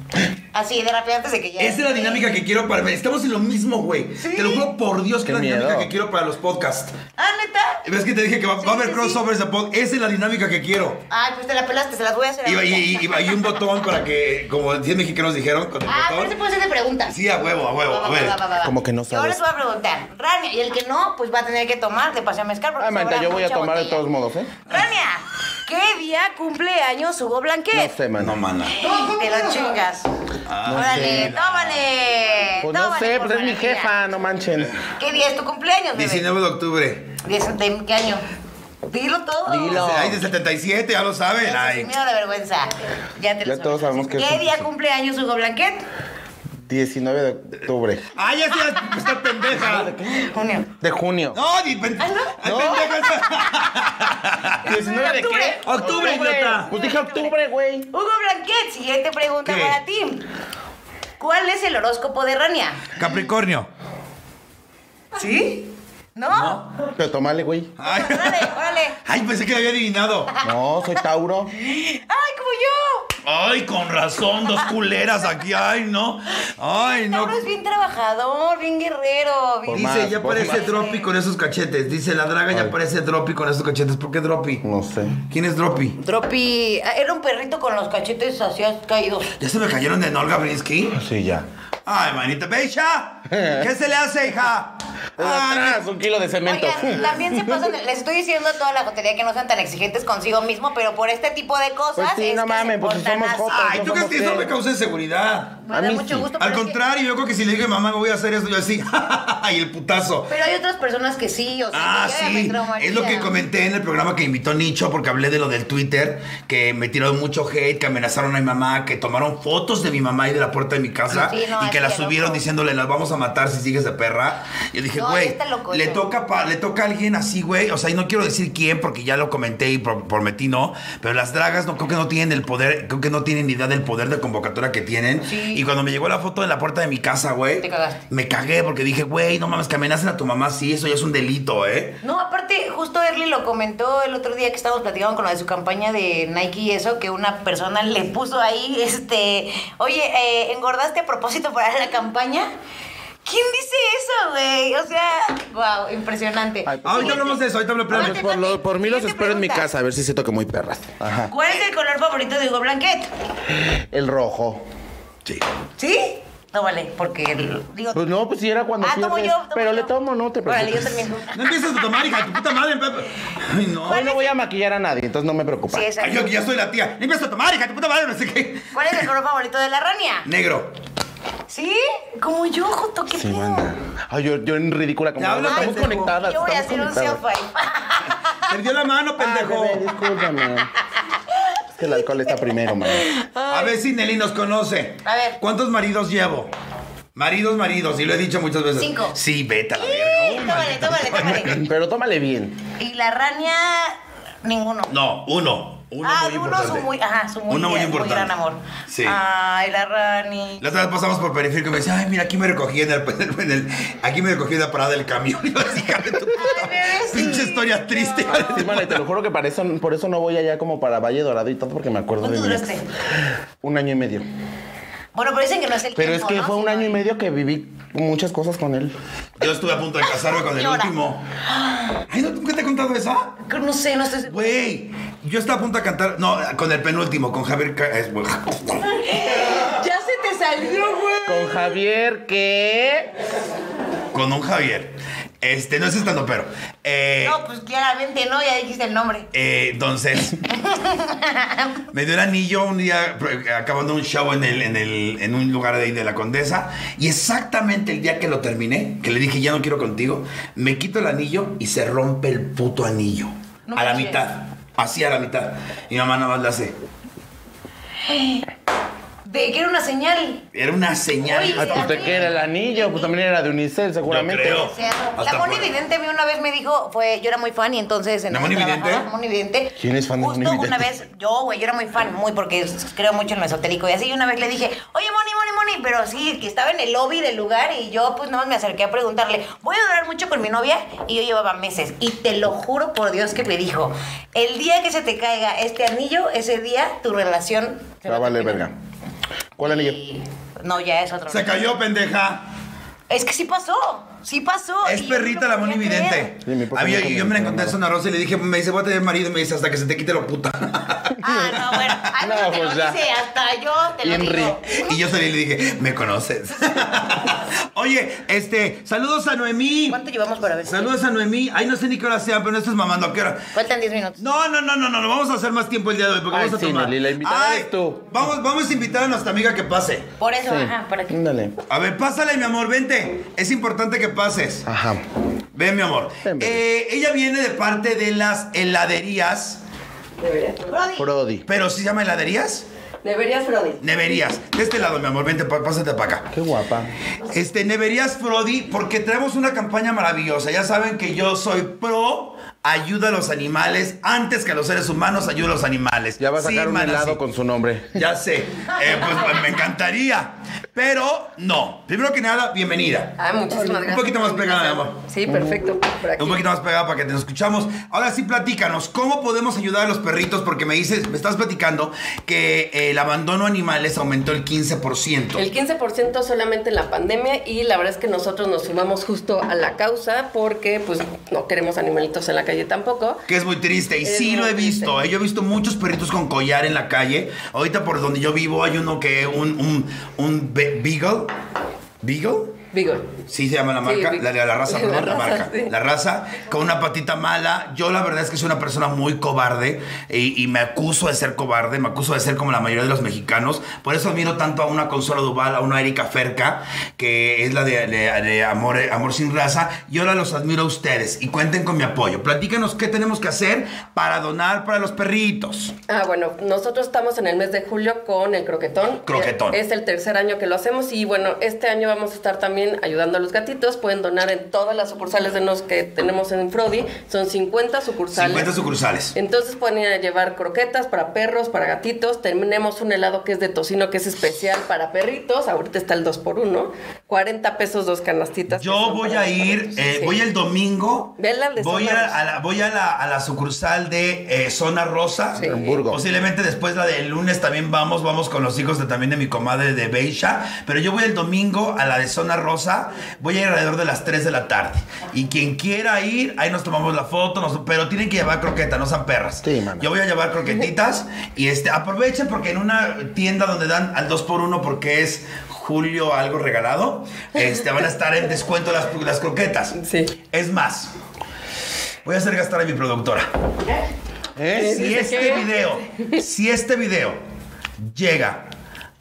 Así, de rápido antes de que ya.
Esa es la dinámica que quiero para. Estamos en lo mismo, güey.
Sí.
Te lo juro por Dios que
Qué
es la dinámica
miedo.
que quiero para los podcasts.
Ah, neta.
¿Ves que te dije que va, va a haber
sí, sí.
crossovers de pod? Esa es la dinámica que quiero.
Ay, pues te la pelaste, se las voy a hacer.
Y,
ahorita.
y- y- y hay un botón para que, como 10 mexicanos dijeron, con el
Ah, pero se
botón.
puede hacer de preguntas.
Sí, a huevo, a huevo,
Va, va,
a
va,
ver.
va, va, va.
Como que no
Y ahora les
sabes.
voy a preguntar, Rania, y el que no, pues va a tener que tomar de paseo mezcal. porque
Ay, manta,
sobra
Ah, yo voy a
mucha
tomar de
botella.
todos modos, ¿eh?
Rania, ¿qué día cumple años Hugo Blanquet?
No sé, man.
No, mana.
Te lo chingas.
Ah,
Órale,
sé.
tómale.
Pues no
tómale,
sé,
por
pues es mi
Rania.
jefa, no manchen.
¿Qué día es tu cumpleaños, bebé?
19 de octubre.
Diez- ¿De qué año? Dilo todo.
Dilo. No.
Ay, de 77, ya lo saben.
Eso, sin
Ay.
miedo a la vergüenza. Ya te lo
Ya todos sabemos que es
¿Qué
un-
día cumple años Hugo Blanquet?
19 de octubre.
Ay, ya está, está pendeja.
Junio.
Ah, De junio.
No, ni pen-
Ah, ¿no?
Ay, pendeja esa.
¿19 de qué?
Octubre, idiota.
Pues dije octubre, güey.
Hugo Blanquet, siguiente pregunta
¿Qué?
para ti. ¿Cuál es el horóscopo de Rania?
Capricornio.
¿Sí? ¿No?
Pero tomale, güey.
Ay.
Órale, órale.
Ay, pensé que lo había adivinado.
No, soy Tauro.
¡Ay, como yo!
Ay, con razón, dos culeras aquí, ay, no. Ay, no.
Tauro es bien trabajador, bien guerrero. Bien...
Por
Dice,
más,
ya
por
parece
más.
Droppy con esos cachetes. Dice la draga, ya
Ay.
parece Droppy con esos cachetes. ¿Por qué Droppy?
No sé.
¿Quién es Droppy?
Tropi, ah, era un perrito con los cachetes así caídos.
¿Ya se me cayeron de Nolga Brinsky?
Sí, ya.
Ay, manita, becha. ¿Qué se le hace, hija? Ay,
Ah, Atrás, un kilo de cemento.
Oigan, también se pasan, les estoy diciendo a toda la jotería que no sean tan exigentes consigo mismo, pero por este tipo de cosas.
Pues sí,
es
no
que
mames,
se
pues si
portan
somos
así.
jotos.
Ay, ¿tú crees que eso me causa inseguridad?
Me da
A mí
mucho
sí.
gusto,
Al
pero es que-
contrario, yo creo que si le digo a mi mamá voy a hacer eso, yo así, y el putazo.
Pero hay otras personas que sí, o sea,
Ah,
que yo ya me
sí.
traumaría.
Es lo que comenté en el programa que invitó Nicho porque hablé de lo del Twitter, que me tiraron mucho hate, que amenazaron a mi mamá, que tomaron fotos de mi mamá y de la puerta de mi casa
Sí, no,
y que
así
la
de
subieron
loco.
diciéndole, las vamos a matar si sigues de perra. Yo dije,
No, ya
güey,
está loco
le
eso".
toca pa- le toca a alguien así, güey. O sea, y no quiero decir quién porque ya lo comenté y pro- prometí no, pero las dragas no creo que no tienen el poder, creo que no tienen ni idea del poder de convocatoria que tienen.
Sí.
Y cuando me llegó la foto de la puerta de mi casa, güey,
Te cagaste.
me cagué porque dije, güey, no mames, que amenacen a tu mamá, sí, eso ya es un delito, ¿eh?
No, aparte, justo Erly lo comentó el otro día que estábamos platicando con lo de su campaña de Nike y eso, que una persona le puso ahí, este, oye, eh, engordaste a propósito para la campaña. ¿Quién dice eso, güey? O sea, wow, impresionante.
Ay, pues,
Ahorita hablamos de eso, ahorita hablamos.
Ahora te
Por, lo-
toca.
por mí los
Siguiente
espero en mi
pregunta.
casa, a ver si siento que muy perras. Ajá.
¿Cuál es el color favorito de Hugo Blanquet?
El rojo.
Sí.
¿Sí? No vale, porque el- digo.
Pues no, pues si era cuando
ah,
pierdes.
tomo yo. tomo
pero
yo.
le tomo, no te
Órale,
preocupes.
yo también.
No empieces a tomar, hija, tu puta madre. Pepe. Ay, no.
Hoy no voy a maquillar a nadie, entonces no me preocupa.
Sí, exacto.
Ay, yo que ya soy la tía. No empieces a tomar, hija, tu puta madre, no sé qué.
¿Cuál es el color favorito de la rania?
Negro.
¿Sí? Como yo, Joto, qué
Sí,
pedo.
manda. Ay, yo, yo en ridícula como.
Te hablo,
estamos
pendejo.
conectadas.
Yo voy a
estamos
hacer un
conectadas.
selfie.
Te dio la mano,
Ah,
Ay,
pendejo.
bebé, discúlpame. Es que el alcohol está primero, man.
A ver si Nelly nos conoce.
A ver.
¿Cuántos maridos llevo? Maridos, maridos, y lo he dicho muchas veces.
Cinco.
Sí, vete a la
Sí,
verga. Oh,
tómale,
maldita-
tómale, tómale.
Pero tómale bien.
Y la rania, ninguno.
No, uno. Uno
ah,
muy
uno
importante.
su muy, ajá, su muy,
Uno muy
gran-
importante.
gran amor. Ah,
Sí.
Ay, la Rani.
La otra vez pasamos por periférico y me dice, ay, mira, aquí me recogí en el, en el- aquí me recogí en la parada del camión. Y yo así, "Hija de tu puta,
bebecito.
pinche historia triste. hija de tu
Sí, mana, y te lo juro que para eso, por eso no voy allá como para Valle Dorado y todo, porque me acuerdo de
¿Cuánto
mi ex.
duraste?
Un año y medio.
Bueno, pero dicen que no es el
Pero es
tiempo,
que
¿no?
fue un
Sino
año y
el-
medio que viví muchas cosas con él.
Yo estuve a punto de casarme con el
Llora.
último. Ay, ¿no, ¿Nunca te he contado esa?
Que No sé, no estoy segura.
Güey, yo estaba a punto de cantar. No, con el penúltimo, con Javier. Ca- es-
Ya se te salió, güey.
Con Javier, que.
Con un Javier. Este, no es estando, pero. Eh,
No, pues claramente no, ya dijiste el nombre.
eh, entonces. me dio el anillo un día pr- acabando un show en, el, en, el, en un lugar de ahí de la condesa. Y exactamente el día que lo terminé, que le dije, ya no quiero contigo, me quito el anillo y se rompe el puto anillo.
No
a la
manches.
mitad. Así a la mitad. Mi mamá nada más la hace.
De que era una señal.
Era una señal.
Oye,
hija de
Ah, pues te queda el anillo, pues también era de Unicel, seguramente.
creo.
O sea,
Hasta
la Moni
fuera.
Vidente a mí una vez me dijo, fue, yo era muy fan y entonces en
¿La
eso
Moni Vidente?
trabajaba, Moni Vidente.
¿Quién es fan de
Justo
Moni
una
Vidente?
vez, yo, güey, yo era muy fan, muy porque s- creo mucho en lo esotérico y así, y una vez le dije, oye, Moni, Moni, Moni, pero sí, que estaba en el lobby del lugar y yo pues no me acerqué a preguntarle, voy a durar mucho con mi novia y yo llevaba meses y te lo juro por Dios que me dijo, el día que se te caiga este anillo, ese día tu relación... se
Ah,
va a
vale,
terminar".
verga. ¿Cuál anillo?
Y- No, ya es otro.
Se cayó, pendeja.
Es que sí pasó, sí pasó.
Es
y yo
perrita
no
la
podía
Moni Vidente.
creer.
Sí, mi papá
A mí, yo,
nunca me
yo me la
dijo
encontré en
nada.
Zona Rosa y le dije, me dice, voy a tener marido. Y me dice, hasta que se te quite lo puta.
Ah, no, bueno. Ay,
No,
no, te lo
pues ya.
dice, hasta yo te lo
Henry.
digo.
y yo salí y le dije, ¿me conoces? Oye, este, saludos a Noemí.
¿Cuánto llevamos para ver?
Saludos a Noemí. Ay, no sé ni qué hora sea, pero no estás mamando. ¿A qué hora?
Faltan 10 minutos.
No, no, no, no, no, no, vamos a hacer más tiempo el día de hoy porque
Ay,
vamos a
sí,
tomar.
Nelly, la invitada
Ay,
eres tú.
Vamos, vamos a invitar a nuestra amiga que pase.
Por eso,
Sí.
ajá, para que.
Ándale.
A ver, pásale, mi amor, vente. Es importante que pases.
Ajá.
Ven, mi amor.
Ven, ven.
Eh, ella viene de parte de las heladerías.
Brody,
Brody.
¿Pero sí se llama heladerías?
Deberías, Brody.
Neverías. De este lado, mi amor, vente, pa- pásate para acá.
Qué guapa.
Este, Neverías Frodi, porque traemos una campaña maravillosa. Ya saben que yo soy pro ayuda a los animales antes que a los seres humanos, ayuda a los animales.
Ya va a
Sí,
sacar un
mana,
helado
sí.
con su nombre.
Ya sé. Eh, pues me encantaría. Pero no. Primero que nada, bienvenida.
Ah, muchísimas gracias.
poquito más
por la
pegada, mi
invitación.
amor.
Sí, perfecto. Por aquí.
Un poquito más pegada para que te escuchamos. Ahora sí, platícanos, ¿cómo podemos ayudar a los perritos? Porque me dices, me estás platicando que el abandono a animales aumentó el 15%.
El 15% solamente en la pandemia y la verdad es que nosotros nos sumamos justo a la causa porque pues no queremos animalitos en la calle tampoco.
Que es muy triste. Y
Es
sí lo
muy
he visto.
triste.
¿eh? Yo he visto muchos perritos con collar en la calle. Ahorita por donde yo vivo hay uno que es un, un, un be- beagle. ¿Beagle?
Digo,
Sí, se llama la
Sí,
marca,
Vic.
la, la- la raza,
La
perdón, la,
raza,
marca.
sí.
La raza, con una patita mala. Yo la verdad es que soy una persona muy cobarde y, y me acuso de ser cobarde, me acuso de ser como la mayoría de los mexicanos. Por eso admiro tanto a una Consuelo Duval, a una Erika Ferca, que es la de, de- de amor, amor Sin Raza. Y ahora los admiro a ustedes y cuenten con mi apoyo. Platícanos qué tenemos que hacer para donar para los perritos.
Ah, bueno, nosotros estamos en el mes de julio con el croquetón.
Croquetón.
Eh, Es el tercer año que lo hacemos y bueno, este año vamos a estar también ayudando a los gatitos. Pueden donar en todas las sucursales de los que tenemos en Frodi. Son 50 sucursales.
50 sucursales.
Entonces pueden ir a llevar croquetas para perros, para gatitos. Terminemos un helado que es de tocino, que es especial para perritos. Ahorita está el 2x1. 40 pesos, dos canastitas. que
Yo
son
voy
para
a
los
ir,
perritos.
eh,
Sí.
voy el domingo.
Vela al de
voy
Zona
a,
Rosa.
a la, voy a la, a la sucursal de eh, Zona Rosa.
Sí.
En Burgo.
Posiblemente después la del lunes también vamos, vamos con los hijos de, también de mi comadre de Beisha. Pero yo voy el domingo a la de Zona Rosa, voy a ir alrededor de las 3 de la tarde. Y quien quiera ir, ahí nos tomamos la foto, nos- pero tienen que llevar croqueta, no sean perras.
Sí, mana.
Yo voy a llevar croquetitas y este, aprovechen porque en una tienda donde dan al 2x1 porque es julio algo regalado, este, van a estar en descuento las, las croquetas.
Sí.
Es más, voy a hacer gastar a mi productora
¿Eh?
si este video, si este video llega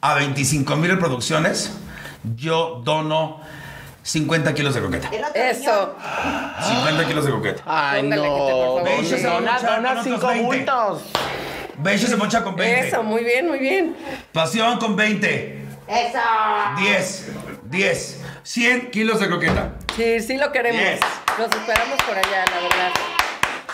a 25 mil reproducciones, yo dono 50 kilos de coqueta.
el otro
Eso.
50 kilos de coqueta.
Ay,
Póngale que te
no.
por favor.
Ve, yo se voy a
Dona,
mochar
dona
con
cinco
otros 20.
bultos.
Beisha se mocha con 20.
Eso, muy bien, muy bien.
Pasión con 20.
niño- Eso.
10. 10. 100 kilos de coqueta.
Sí, sí lo queremos.
Yes.
Los esperamos por allá, la verdad.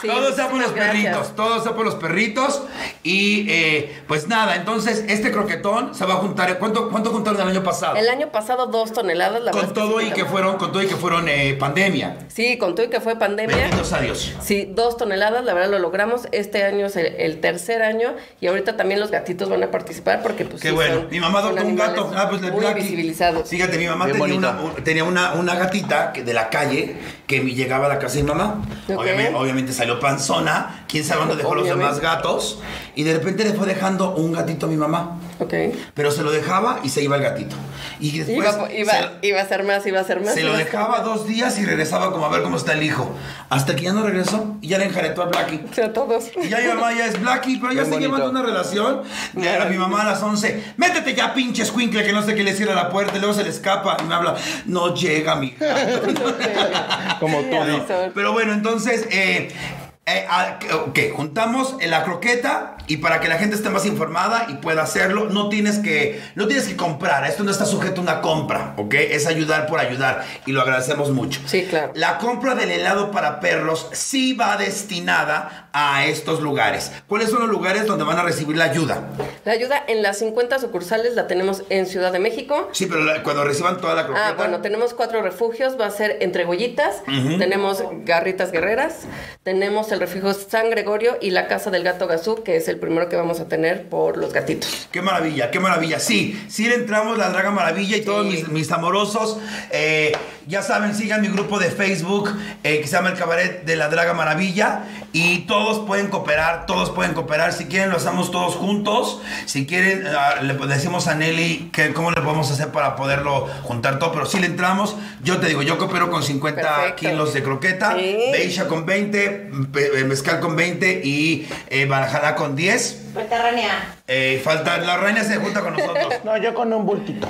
Sí,
todos sea por los
muchísimas gracias.
perritos, todos sea por los perritos. Y eh, pues nada, entonces este croquetón se va a juntar. ¿Cuánto, cuánto juntaron el año pasado?
El año pasado dos toneladas, la verdad
con
es que
todo
sí,
y
la-
que fueron, con todo y que fueron eh, pandemia.
Sí, con todo y que fue pandemia.
Benditos a Dios.
Sí, dos toneladas, la verdad lo logramos. Este año es el, el tercer año y ahorita también los gatitos van a participar porque pues
Qué
sí,
bueno.
son-
Mi mamá
son
adoptó un
animales
gato. Ah, pues le
muy
aquí.
visibilizados.
Fíjate, mi mamá
Bien
tenía,
bonito.
una, un- tenía una, una gatita que, de la calle que mi- llegaba a la casa de mi mamá.
Ok.
Obviamente, obviamente salió panzona. Quién sabe dónde dejó los
Obviamente.
demás gatos. Y de repente le fue dejando un gatito a mi mamá.
Ok.
Pero se lo dejaba y se iba el gatito. Y después.
Iba, iba-
se lo-
iba a ser más, iba a ser más.
se lo
iba a ser-
dejaba dos días y regresaba como a ver cómo está el hijo. Hasta que ya no regresó y ya le enjaretó a Blackie.
O sea, todos.
Y ya mi mamá ya es Blackie, pero ya
Bien
está
bonito.
llevando una relación. Le habla a mi mamá a las 11. Métete ya, pinche escuincle, que no sé qué le cierra la puerta. Y luego se le escapa y me habla. No llega, mi gato".
Como tú.
Ya,
¿no?
son-
Pero bueno, entonces. Eh, eh, ah, ok, juntamos eh, la croqueta y para que la gente esté más informada y pueda hacerlo, no tienes que no tienes que comprar, esto no está sujeto a una compra, ¿ok? Es ayudar por ayudar y lo agradecemos mucho.
Sí, claro.
La compra del helado para perros sí va destinada a estos lugares. ¿Cuáles son los lugares donde van a recibir la ayuda?
La ayuda en las 50 sucursales la tenemos en Ciudad de México.
Sí, pero la- cuando reciban toda la croqueta.
Ah, bueno, tenemos cuatro refugios, va a ser Entre Goyitas, tenemos Garritas Guerreras, tenemos el refugio San Gregorio y la Casa del Gato Gazú, que es el primero que vamos a tener por los gatitos.
Qué maravilla, qué maravilla. Sí, sí le entramos la Draga Maravilla y todos mis, mis amorosos. eh, ya saben, sigan mi grupo de Facebook eh, que se llama El Cabaret de la Draga Maravilla. Y todos pueden cooperar, todos pueden cooperar. Si quieren, lo hacemos todos juntos. Si quieren, ah, le decimos a Nelly que cómo le podemos hacer para poderlo juntar todo. Pero sí le entramos. Yo te digo, yo coopero con 50
Perfecto.
kilos de croqueta,
Sí.
Beisha con 20, pe- eh, Mezcal con 20 y eh, Barajalá con 10.
Mediterránea.
Eh, falta, la reina se junta con nosotros.
No, yo con un bultito.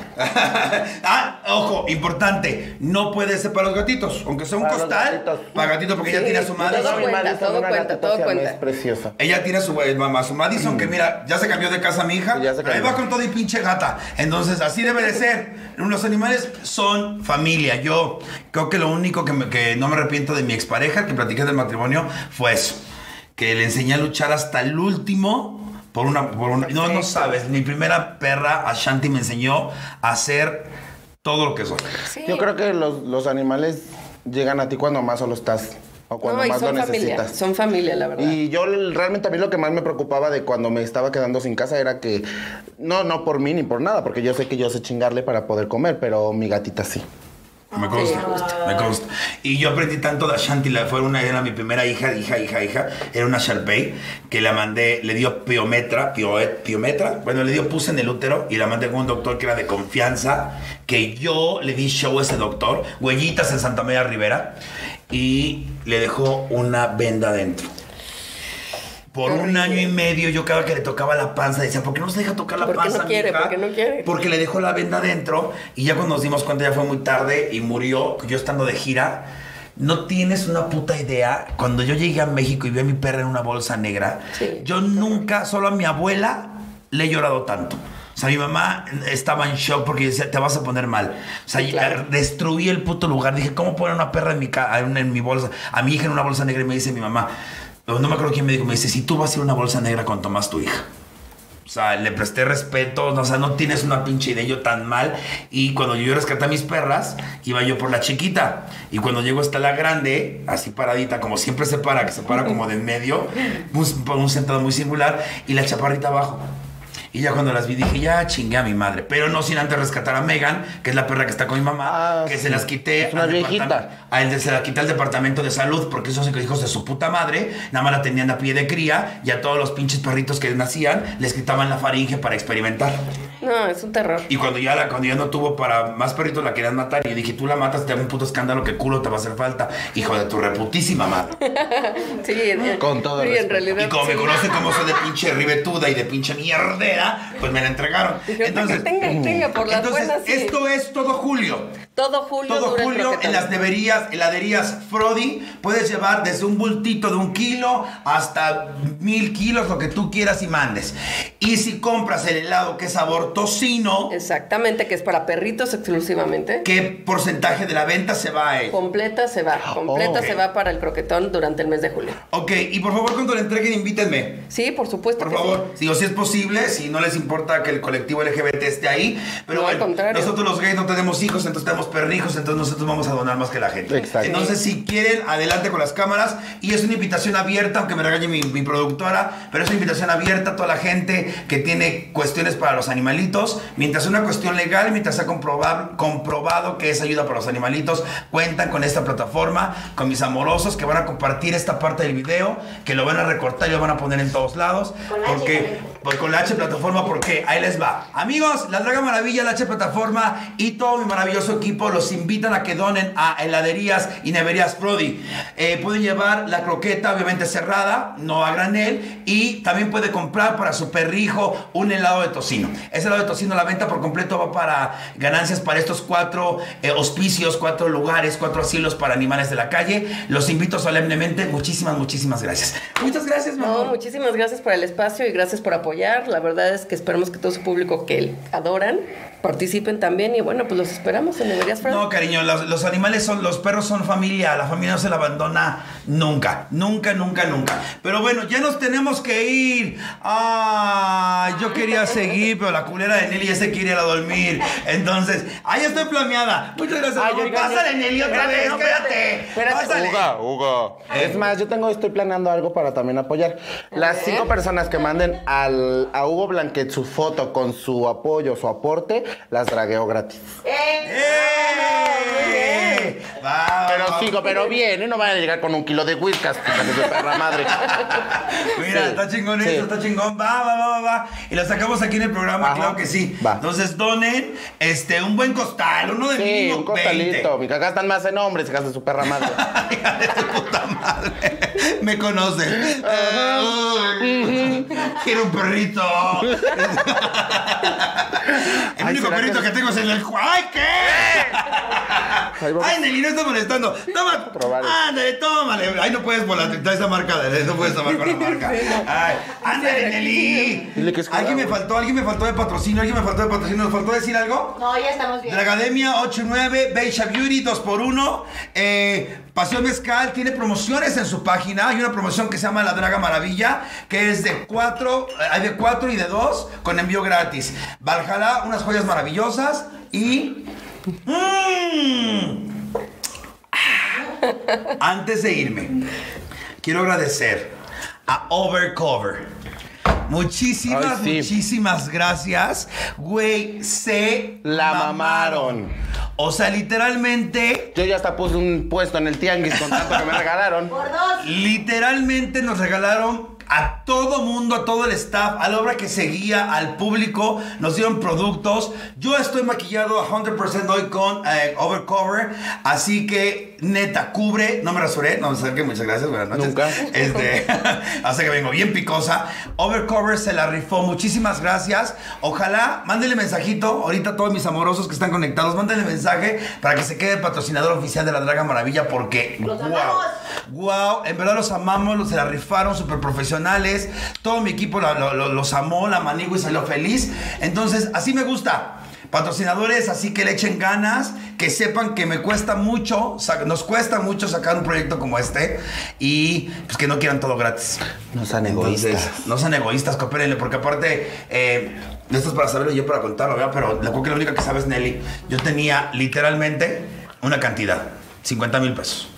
ah, ojo, importante, no puede ser para los gatitos, aunque sea un
Para los
costal,
gatitos.
para gatitos, porque ella tiene a su madre.
Todo
Mi madre
cuenta,
es
todo
una
cuenta,
gatita
todo
siamés
cuenta.
preciosa.
Ella tiene a su eh, mamá, su Madison, que mira, ya se cambió de casa mi hija,
Mm. Ya se
pero ahí
cambió.
va con todo y pinche gata. Entonces, así debe de ser. Los animales son familia. Yo creo que lo único que, me- que no me arrepiento de mi expareja, que platiqué del matrimonio, fue eso. Que le enseñé a luchar hasta el último por una... Por una no, no sabes, mi primera perra, Ashanti, me enseñó a hacer todo lo que soy.
Sí.
Yo creo que los, los animales llegan a ti cuando más solo estás o cuando
No, y
más lo
son familia,
necesitas.
son familia, la verdad.
Y yo l- realmente a mí lo que más me preocupaba de cuando me estaba quedando sin casa era que, no, no por mí ni por nada, porque yo sé que yo sé chingarle para poder comer, pero mi gatita sí.
Me consta,
me
me consta. Y yo aprendí tanto de Ashanti, la, fue una, era mi primera hija, hija, hija, hija, era una Sharpei, que la mandé, le dio piometra, pio- eh, piometra, bueno, le dio puse en el útero y la mandé con un doctor que era de confianza, que yo le di show a ese doctor, huellitas en Santa María Rivera, y le dejó una venda adentro. Por
Qué
un
horrible.
año y medio yo cada que le tocaba la panza decía, ¿por qué no se deja tocar la
¿Por qué no
panza?
quiere?
mija?"
¿Por qué no quiere?
Porque le dejó la venda adentro y ya cuando nos dimos cuenta ya fue muy tarde y murió, yo estando de gira. No tienes una puta idea. Cuando yo llegué a México y vi a mi perra en una bolsa negra,
Sí.
yo nunca, solo a mi abuela, le he llorado tanto. O sea, mi mamá estaba en shock porque decía, te vas a poner mal. O sea,
Sí, claro.
destruí el puto lugar. Dije, ¿cómo poner una perra en mi, ca- en, en mi bolsa? A mi hija en una bolsa negra y me dice mi mamá, no me acuerdo quién me dijo, me dice, si tú vas a ir a una bolsa negra con Tomás, tu hija. O sea, le presté respeto, no, o sea, no tienes una pinche idea yo tan mal. Y cuando yo rescaté a mis perras, iba yo por la chiquita. Y cuando llego hasta la grande, así paradita, como siempre se para, que se para como de en medio, un, un sentado muy singular, y la chaparrita abajo. Y ya cuando las vi dije, ya chingué a mi madre. Pero no sin antes rescatar a Megan, que es la perra que está con mi mamá,
Ah,
que
sí.
se las quité.
Es una
al
viejita.
departamento- a él se la quita el departamento de salud porque esos hijos de su puta madre nada más la tenían a pie de cría y a todos los pinches perritos que nacían les quitaban la faringe para experimentar.
No, es un terror.
Y cuando ya, la, cuando ya no tuvo para más perritos la querían matar y yo dije, tú la matas, te hago un puto escándalo, que culo te va a hacer falta, hijo de tu reputísima madre.
Sí, en-
Con todo
sí, en
respeto.
realidad.
Y como me
sí.
conocen como soy de pinche ribetuda y de pinche mierdera, pues me la entregaron.
Dijeron,
Entonces,
tenga, tenga, por las
entonces
buenas. sí".
esto es todo julio.
Todo julio.
Todo
dura el
julio en
croquetón.
las neverías, heladerías Frodi, puedes llevar desde un bultito de un kilo hasta mil kilos, lo que tú quieras y mandes. Y si compras el helado que es sabor tocino,
Exactamente, que es para perritos exclusivamente.
¿qué porcentaje de la venta se va a él?
Completa se va, completa
Ah, ok.
se va para el croquetón durante el mes de julio.
Ok, y por favor cuando le entreguen invítenme.
Sí, por supuesto.
Por
que sí.
favor, si, o si es posible, si no les importa que el colectivo LGBT esté ahí, pero
No, al
bueno,
contrario.
nosotros los gays no tenemos hijos, entonces tenemos perrijos, entonces nosotros vamos a donar más que la gente.
Exacto.
Entonces, si quieren, adelante con las cámaras y es una invitación abierta, aunque me regañe mi, mi productora, pero es una invitación abierta a toda la gente que tiene cuestiones para los animalitos, mientras sea una cuestión legal, mientras sea comprobar- comprobado que es ayuda para los animalitos, cuentan con esta plataforma, con mis amorosos que van a compartir esta parte del video, que lo van a recortar y lo van a poner en todos lados,
Con la H,
porque
con
pues con la H plataforma, porque ahí les va. Amigos, la Draga Maravilla, la H plataforma y todo mi maravilloso equipo los invitan a que donen a heladerías y neverías Frodi. Eh, pueden llevar la croqueta, obviamente cerrada, no a granel, y también puede comprar para su perrijo un helado de tocino. Ese helado de tocino, la venta por completo va para ganancias para estos cuatro eh, hospicios, cuatro lugares, cuatro asilos para animales de la calle. Los invito solemnemente. Muchísimas, muchísimas gracias. Muchas gracias, mamá.
No, muchísimas gracias por el espacio y gracias por apoyar. La verdad es que esperamos que todo su público que adoran participen también y bueno, pues los esperamos en Deberías Fran.
No, cariño, los, los animales son, los perros son familia, la familia no se la abandona nunca, nunca, nunca, nunca. Pero bueno, ya nos tenemos que ir. Ah, yo quería seguir, pero la culera de Nelly ya se quiere ir a dormir. Entonces, ahí estoy planeada. Muchas gracias.
Ay,
Uy,
oigan,
Pásale, Nelly, otra
espérate,
vez,
no,
espérate.
espérate, espérate.
Pásale.
Uga, uga. Es más, yo tengo, estoy planeando algo para también apoyar. Las
ver.
cinco personas que manden al, a Hugo Blanquet su foto con su apoyo, su aporte, las dragueo gratis.
ah,
¡Eh! Va,
Pero
va,
cinco, pero bien, ¿eh? no van a llegar con un kilo de whiskas, hijos de perra madre.
Mira,
Sí,
está chingón
sí.
esto, está chingón. Va, va, va, va, va. Y lo sacamos aquí en el programa,
Ajá.
claro que sí.
Va.
Entonces donen este, un buen costal, uno de
Sí,
mínimo
un
20.
costalito. Mi caca están más en hombres, hijas de su perra madre.
Hija de tu puta madre. Me conoce. Quiero un perrito. el
Ay,
único
¿será
perrito que...
que-
tengo es el del Ju- ¡Ay, qué!
Ay, vamos.
Ay, Nelly, no estás molestando. Toma.
Probar.
Ándale, tómale. Ay, no puedes volar. Esta marca, de- no puedes tomar con la marca. Ay, ándale,
Dile que
Nelly.
es jugada,
Alguien me
güey.
faltó, alguien me faltó de patrocinio, alguien me faltó de patrocinio. ¿Nos faltó decir algo?
No, ya estamos bien.
Dragademia 89, Beisha Beauty 2x1. eh, Pasión Mezcal tiene promociones en su página. Hay una promoción que se llama La Draga Maravilla, que es de 4, hay de 4 y de 2 con envío gratis. Valhalla, unas joyas maravillosas y... ¡Mmm! Ah. Antes de irme, quiero agradecer a Overcover. Muchísimas,
Ay, sí.
muchísimas gracias. Güey, se
La mamaron.
O sea, literalmente,
Yo ya hasta puse un puesto en el tianguis con tanto que me regalaron.
Por dos.
literalmente nos regalaron a todo mundo, a todo el staff, a la obra que seguía, al público, nos dieron productos. Yo estoy maquillado a 100% hoy con eh, Overcover, así que neta, cubre, no me rasuré, no me saqué, muchas gracias, buenas noches.
Nunca.
Este, hace que vengo bien picosa. Overcover se la rifó. Muchísimas gracias. Ojalá, mándenle mensajito ahorita a todos mis amorosos que están conectados. Mándenle mensaje para que se quede el patrocinador oficial de la Draga Maravilla porque
Los
wow.
amamos.
Wow, en verdad los amamos, los se la rifaron, súper profesionales. Todo mi equipo la- lo- lo- los amó, la manigua y salió feliz. Entonces, así me gusta. Patrocinadores, así que le echen ganas, que sepan que me cuesta mucho, sa- nos cuesta mucho sacar un proyecto como este y pues que no quieran todo gratis.
No sean
Entonces,
egoístas.
no sean egoístas, coopérenle, porque aparte, eh, esto es para saberlo y yo para contarlo, ¿verdad? Pero la creo que la única que sabes, Nelly, yo tenía literalmente una cantidad, 50 mil pesos.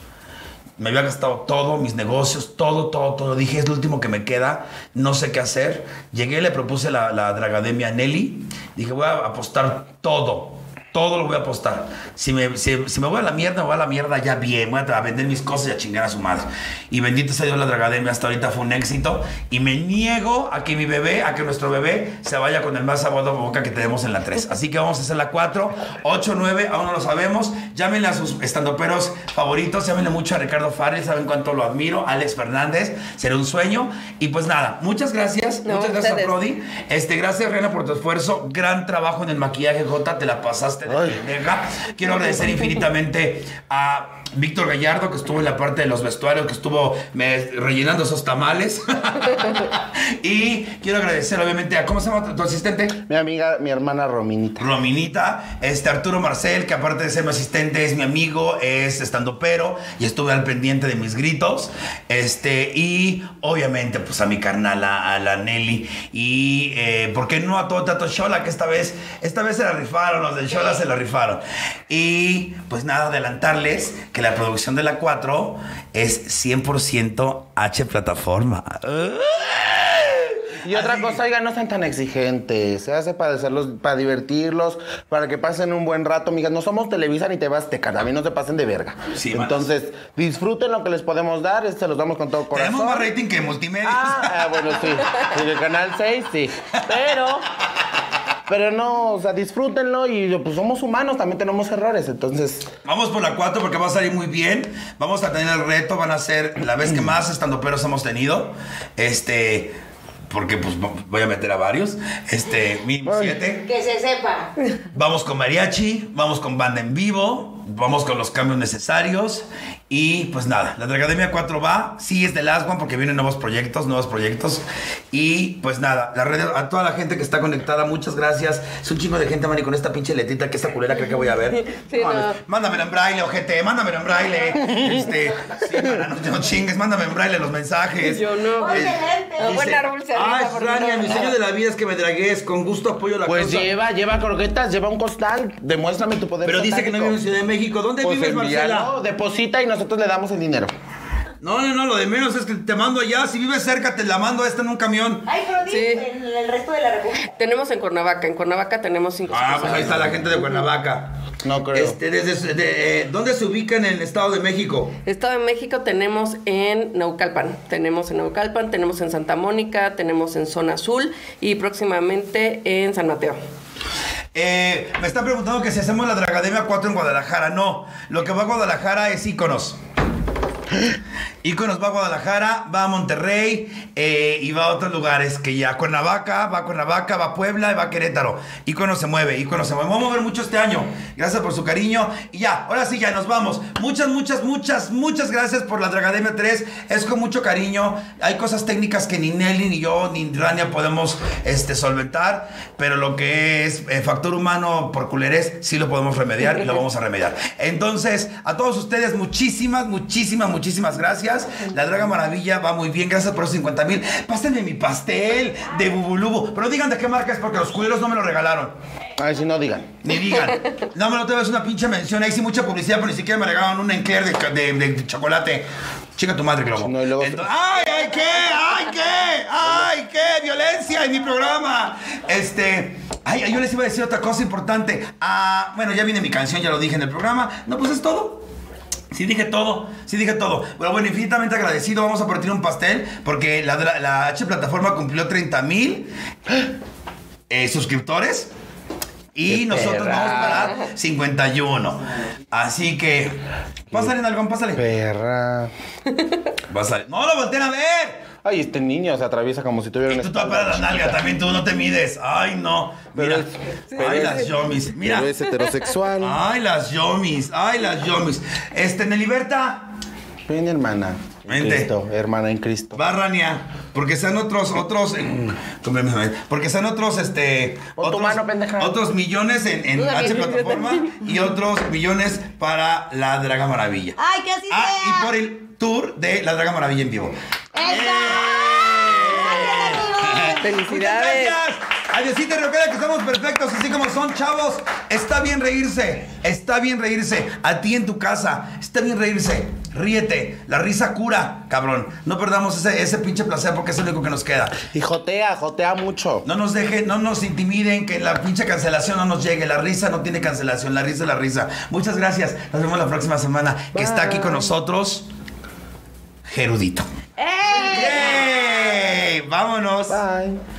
Me había gastado todo, mis negocios, todo, todo, todo. Dije, es lo último que me queda, no sé qué hacer. Llegué, le propuse la, la dragademia a Nelly. Dije, voy a apostar todo, todo lo voy a apostar. Si me, si- si me voy a la mierda, me voy a la mierda ya bien. Voy a, tra- a vender mis cosas y a chingar a su madre. Y bendito sea Dios, la dragademia hasta ahorita fue un éxito. Y me niego a que mi bebé, a que nuestro bebé se vaya con el más sabor de boca que tenemos en la 3. Así que vamos a hacer la 4, 8, 9, aún no lo sabemos. Llámenle a sus estandoperos favoritos, llámenle mucho a Ricardo Farrell, saben cuánto lo admiro, Alex Fernández, será un sueño. Y pues nada, muchas gracias,
No,
muchas gracias a
ustedes.
Prodi. Este, gracias Reina por tu esfuerzo, gran trabajo en el maquillaje, Jota, te la pasaste pasaste de pendeja. Quiero agradecer infinitamente a Víctor Gallardo, que estuvo en la parte de los vestuarios, que estuvo me- rellenando esos tamales. y quiero agradecer, obviamente, a. ¿Cómo se llama tu- tu asistente?
Mi amiga, mi hermana Rominita.
Rominita, este Arturo Marcel, que aparte de ser mi asistente es mi amigo, es estando pero y estuve al pendiente de mis gritos. Este, y obviamente, pues a mi carnal, a, a la Nelly. Y eh, ¿por qué no a todo Tato Shola? Que esta vez, esta vez se la rifaron, los del Shola se la rifaron. Y pues nada, adelantarles que la producción de la 4 es 100% H plataforma.
Y otra
Así-
cosa, oigan, no sean tan exigentes. Se hace para, hacerlos, para divertirlos, para que pasen un buen rato, mijas. No somos Televisa ni te vas Azteca. También no se pasen de verga.
Sí, manos.
Entonces, disfruten lo que les podemos dar. este, Se los damos con todo corazón.
Tenemos más rating que multimedia.
Ah, ah, bueno, sí. En el canal 6, sí. Pero. Pero no, o sea, disfrútenlo y pues somos humanos, también tenemos errores, entonces.
Vamos por la 4 porque va a salir muy bien. Vamos a tener el reto, van a ser la vez que más estando peros hemos tenido. Este, porque pues vo- voy a meter a varios. Este, mínimo
Ay.
7.
Que se sepa.
Vamos con mariachi, vamos con banda en vivo, vamos con los cambios necesarios. Y pues nada, la Academia 4 va, sí es de Last One porque vienen nuevos proyectos, nuevos proyectos. Y pues nada, la red, a toda la gente que está conectada, muchas gracias. Es un chingo de gente, man, y con esta pinche letita que esta culera creo que voy a ver.
Sí, no.
Mándamelo en braille, ojete, mándamelo en braille. Este, sí, para, no, no chingues, mándame en braille los mensajes.
Yo no.
Eh,
Excelente.
dice,
Buen árbol se
"Ay,
rifa, porque
Frania,
no-
mi sueño de la vida es que me dragues, con gusto apoyo la
Pues
causa".
lleva, lleva croquetas, lleva un costal, demuéstrame tu poder.
Pero dice que no vive en
satánico.
Ciudad de México. ¿Dónde
Pues
vives,
envíalo,
Marcela?
deposita y nosotros le damos el dinero.
No, no, no, lo de menos es que te mando allá. Si vives cerca, te la mando a esta en un camión.
Ay, pero
Sí.
en el resto de la República.
Tenemos en Cuernavaca. En Cuernavaca tenemos cinco.
Ah,
sucursales.
pues ahí está la gente de Cuernavaca.
No creo.
Este, desde, su- de, eh, ¿Dónde se ubica en el Estado de México?
Estado de México tenemos en Naucalpan, tenemos en Naucalpan, tenemos en Santa Mónica, tenemos en Zona Azul y próximamente en San Mateo.
Eh, me están preguntando que si hacemos la Dragademia 4 en Guadalajara. No, lo que va a Guadalajara es íconos. Íconos va a Guadalajara, va a Monterrey eh, y va a otros lugares que ya. Cuernavaca, va a Cuernavaca, va a Puebla y va a Querétaro. Íconos se mueve, Íconos se mueve. Vamos a mover mucho este año. Gracias por su cariño. Y ya, ahora sí, ya nos vamos. Muchas, muchas, muchas, muchas gracias por la Dragademia 3. Es con mucho cariño. Hay cosas técnicas que ni Nelly, ni yo, ni Rania podemos este, solventar. Pero lo que es eh, factor humano por culerés, sí lo podemos remediar y lo vamos a remediar. Entonces, a todos ustedes, muchísimas, muchísimas, muchísimas gracias. La Draga Maravilla va muy bien. Gracias por los 50 mil. Pásenme mi pastel de bubulubu. Pero digan de qué marca es porque los culeros no me lo regalaron.
Ay, si no digan.
Ni digan. No me lo te ves una pinche mención. Ahí sí mucha publicidad, pero ni siquiera me regalaron un encler de, ca- de- de chocolate. Chica tu madre, Globo.
No, y luego-
Ento- ¡Ay, ay, qué! ¡Ay, qué! ¡Ay, qué! ¡Violencia en mi programa! Este. Ay, ay, yo les iba a decir otra cosa importante. Ah, bueno, ya viene mi canción, ya lo dije en el programa. No, pues es todo. Sí dije todo, sí dije todo. Pero bueno, infinitamente agradecido. Vamos a partir un pastel porque la, la, la H plataforma cumplió 30 mil eh, suscriptores. Y
¡Qué
nosotros
perra!
vamos para 51. Así que. Pásale, Nalgón, pásale.
Perra.
Pásale. ¡No lo volteen a ver!
Ay, este niño se atraviesa como si tuviera
Y
un
tú te vas para la nalga también, tú no te mides. ¡Ay, no! Mira.
Pero es-
¡Ay,
pero
las
es-
yomis! Mira. Ah.
Pero es heterosexual.
¡Ay, las yomis! ¡Ay, las yomis! Este, Neliberta.
Ven, hermana. En
Vente.
Cristo, hermana en Cristo.
Barrania, porque sean otros, otros, eh, cómprame, porque sean otros, este,
Pon tu
otros,
mano, pendeja.
otros millones en, en
Una
H
bien,
plataforma
yo también.
y otros millones para la Draga Maravilla.
Ay, que así
Ah,
sea.
y por el tour de la Draga Maravilla en vivo.
¡Eso!
¡Felicidades!
Muchas gracias. Adiosito, recuerda que estamos perfectos, así como son, chavos. Está bien reírse, está bien reírse. A ti en tu casa, está bien reírse. Ríete, la risa cura, cabrón. No perdamos ese, ese pinche placer porque es lo único que nos queda.
Y jotea, jotea mucho.
No nos dejen, no nos intimiden, que la pinche cancelación no nos llegue. La risa no tiene cancelación, la risa es la risa. Muchas gracias. Nos vemos la próxima semana. Que está aquí con nosotros Gerudito.
¡Ey!
¡Yay! ¡Vámonos!
Bye.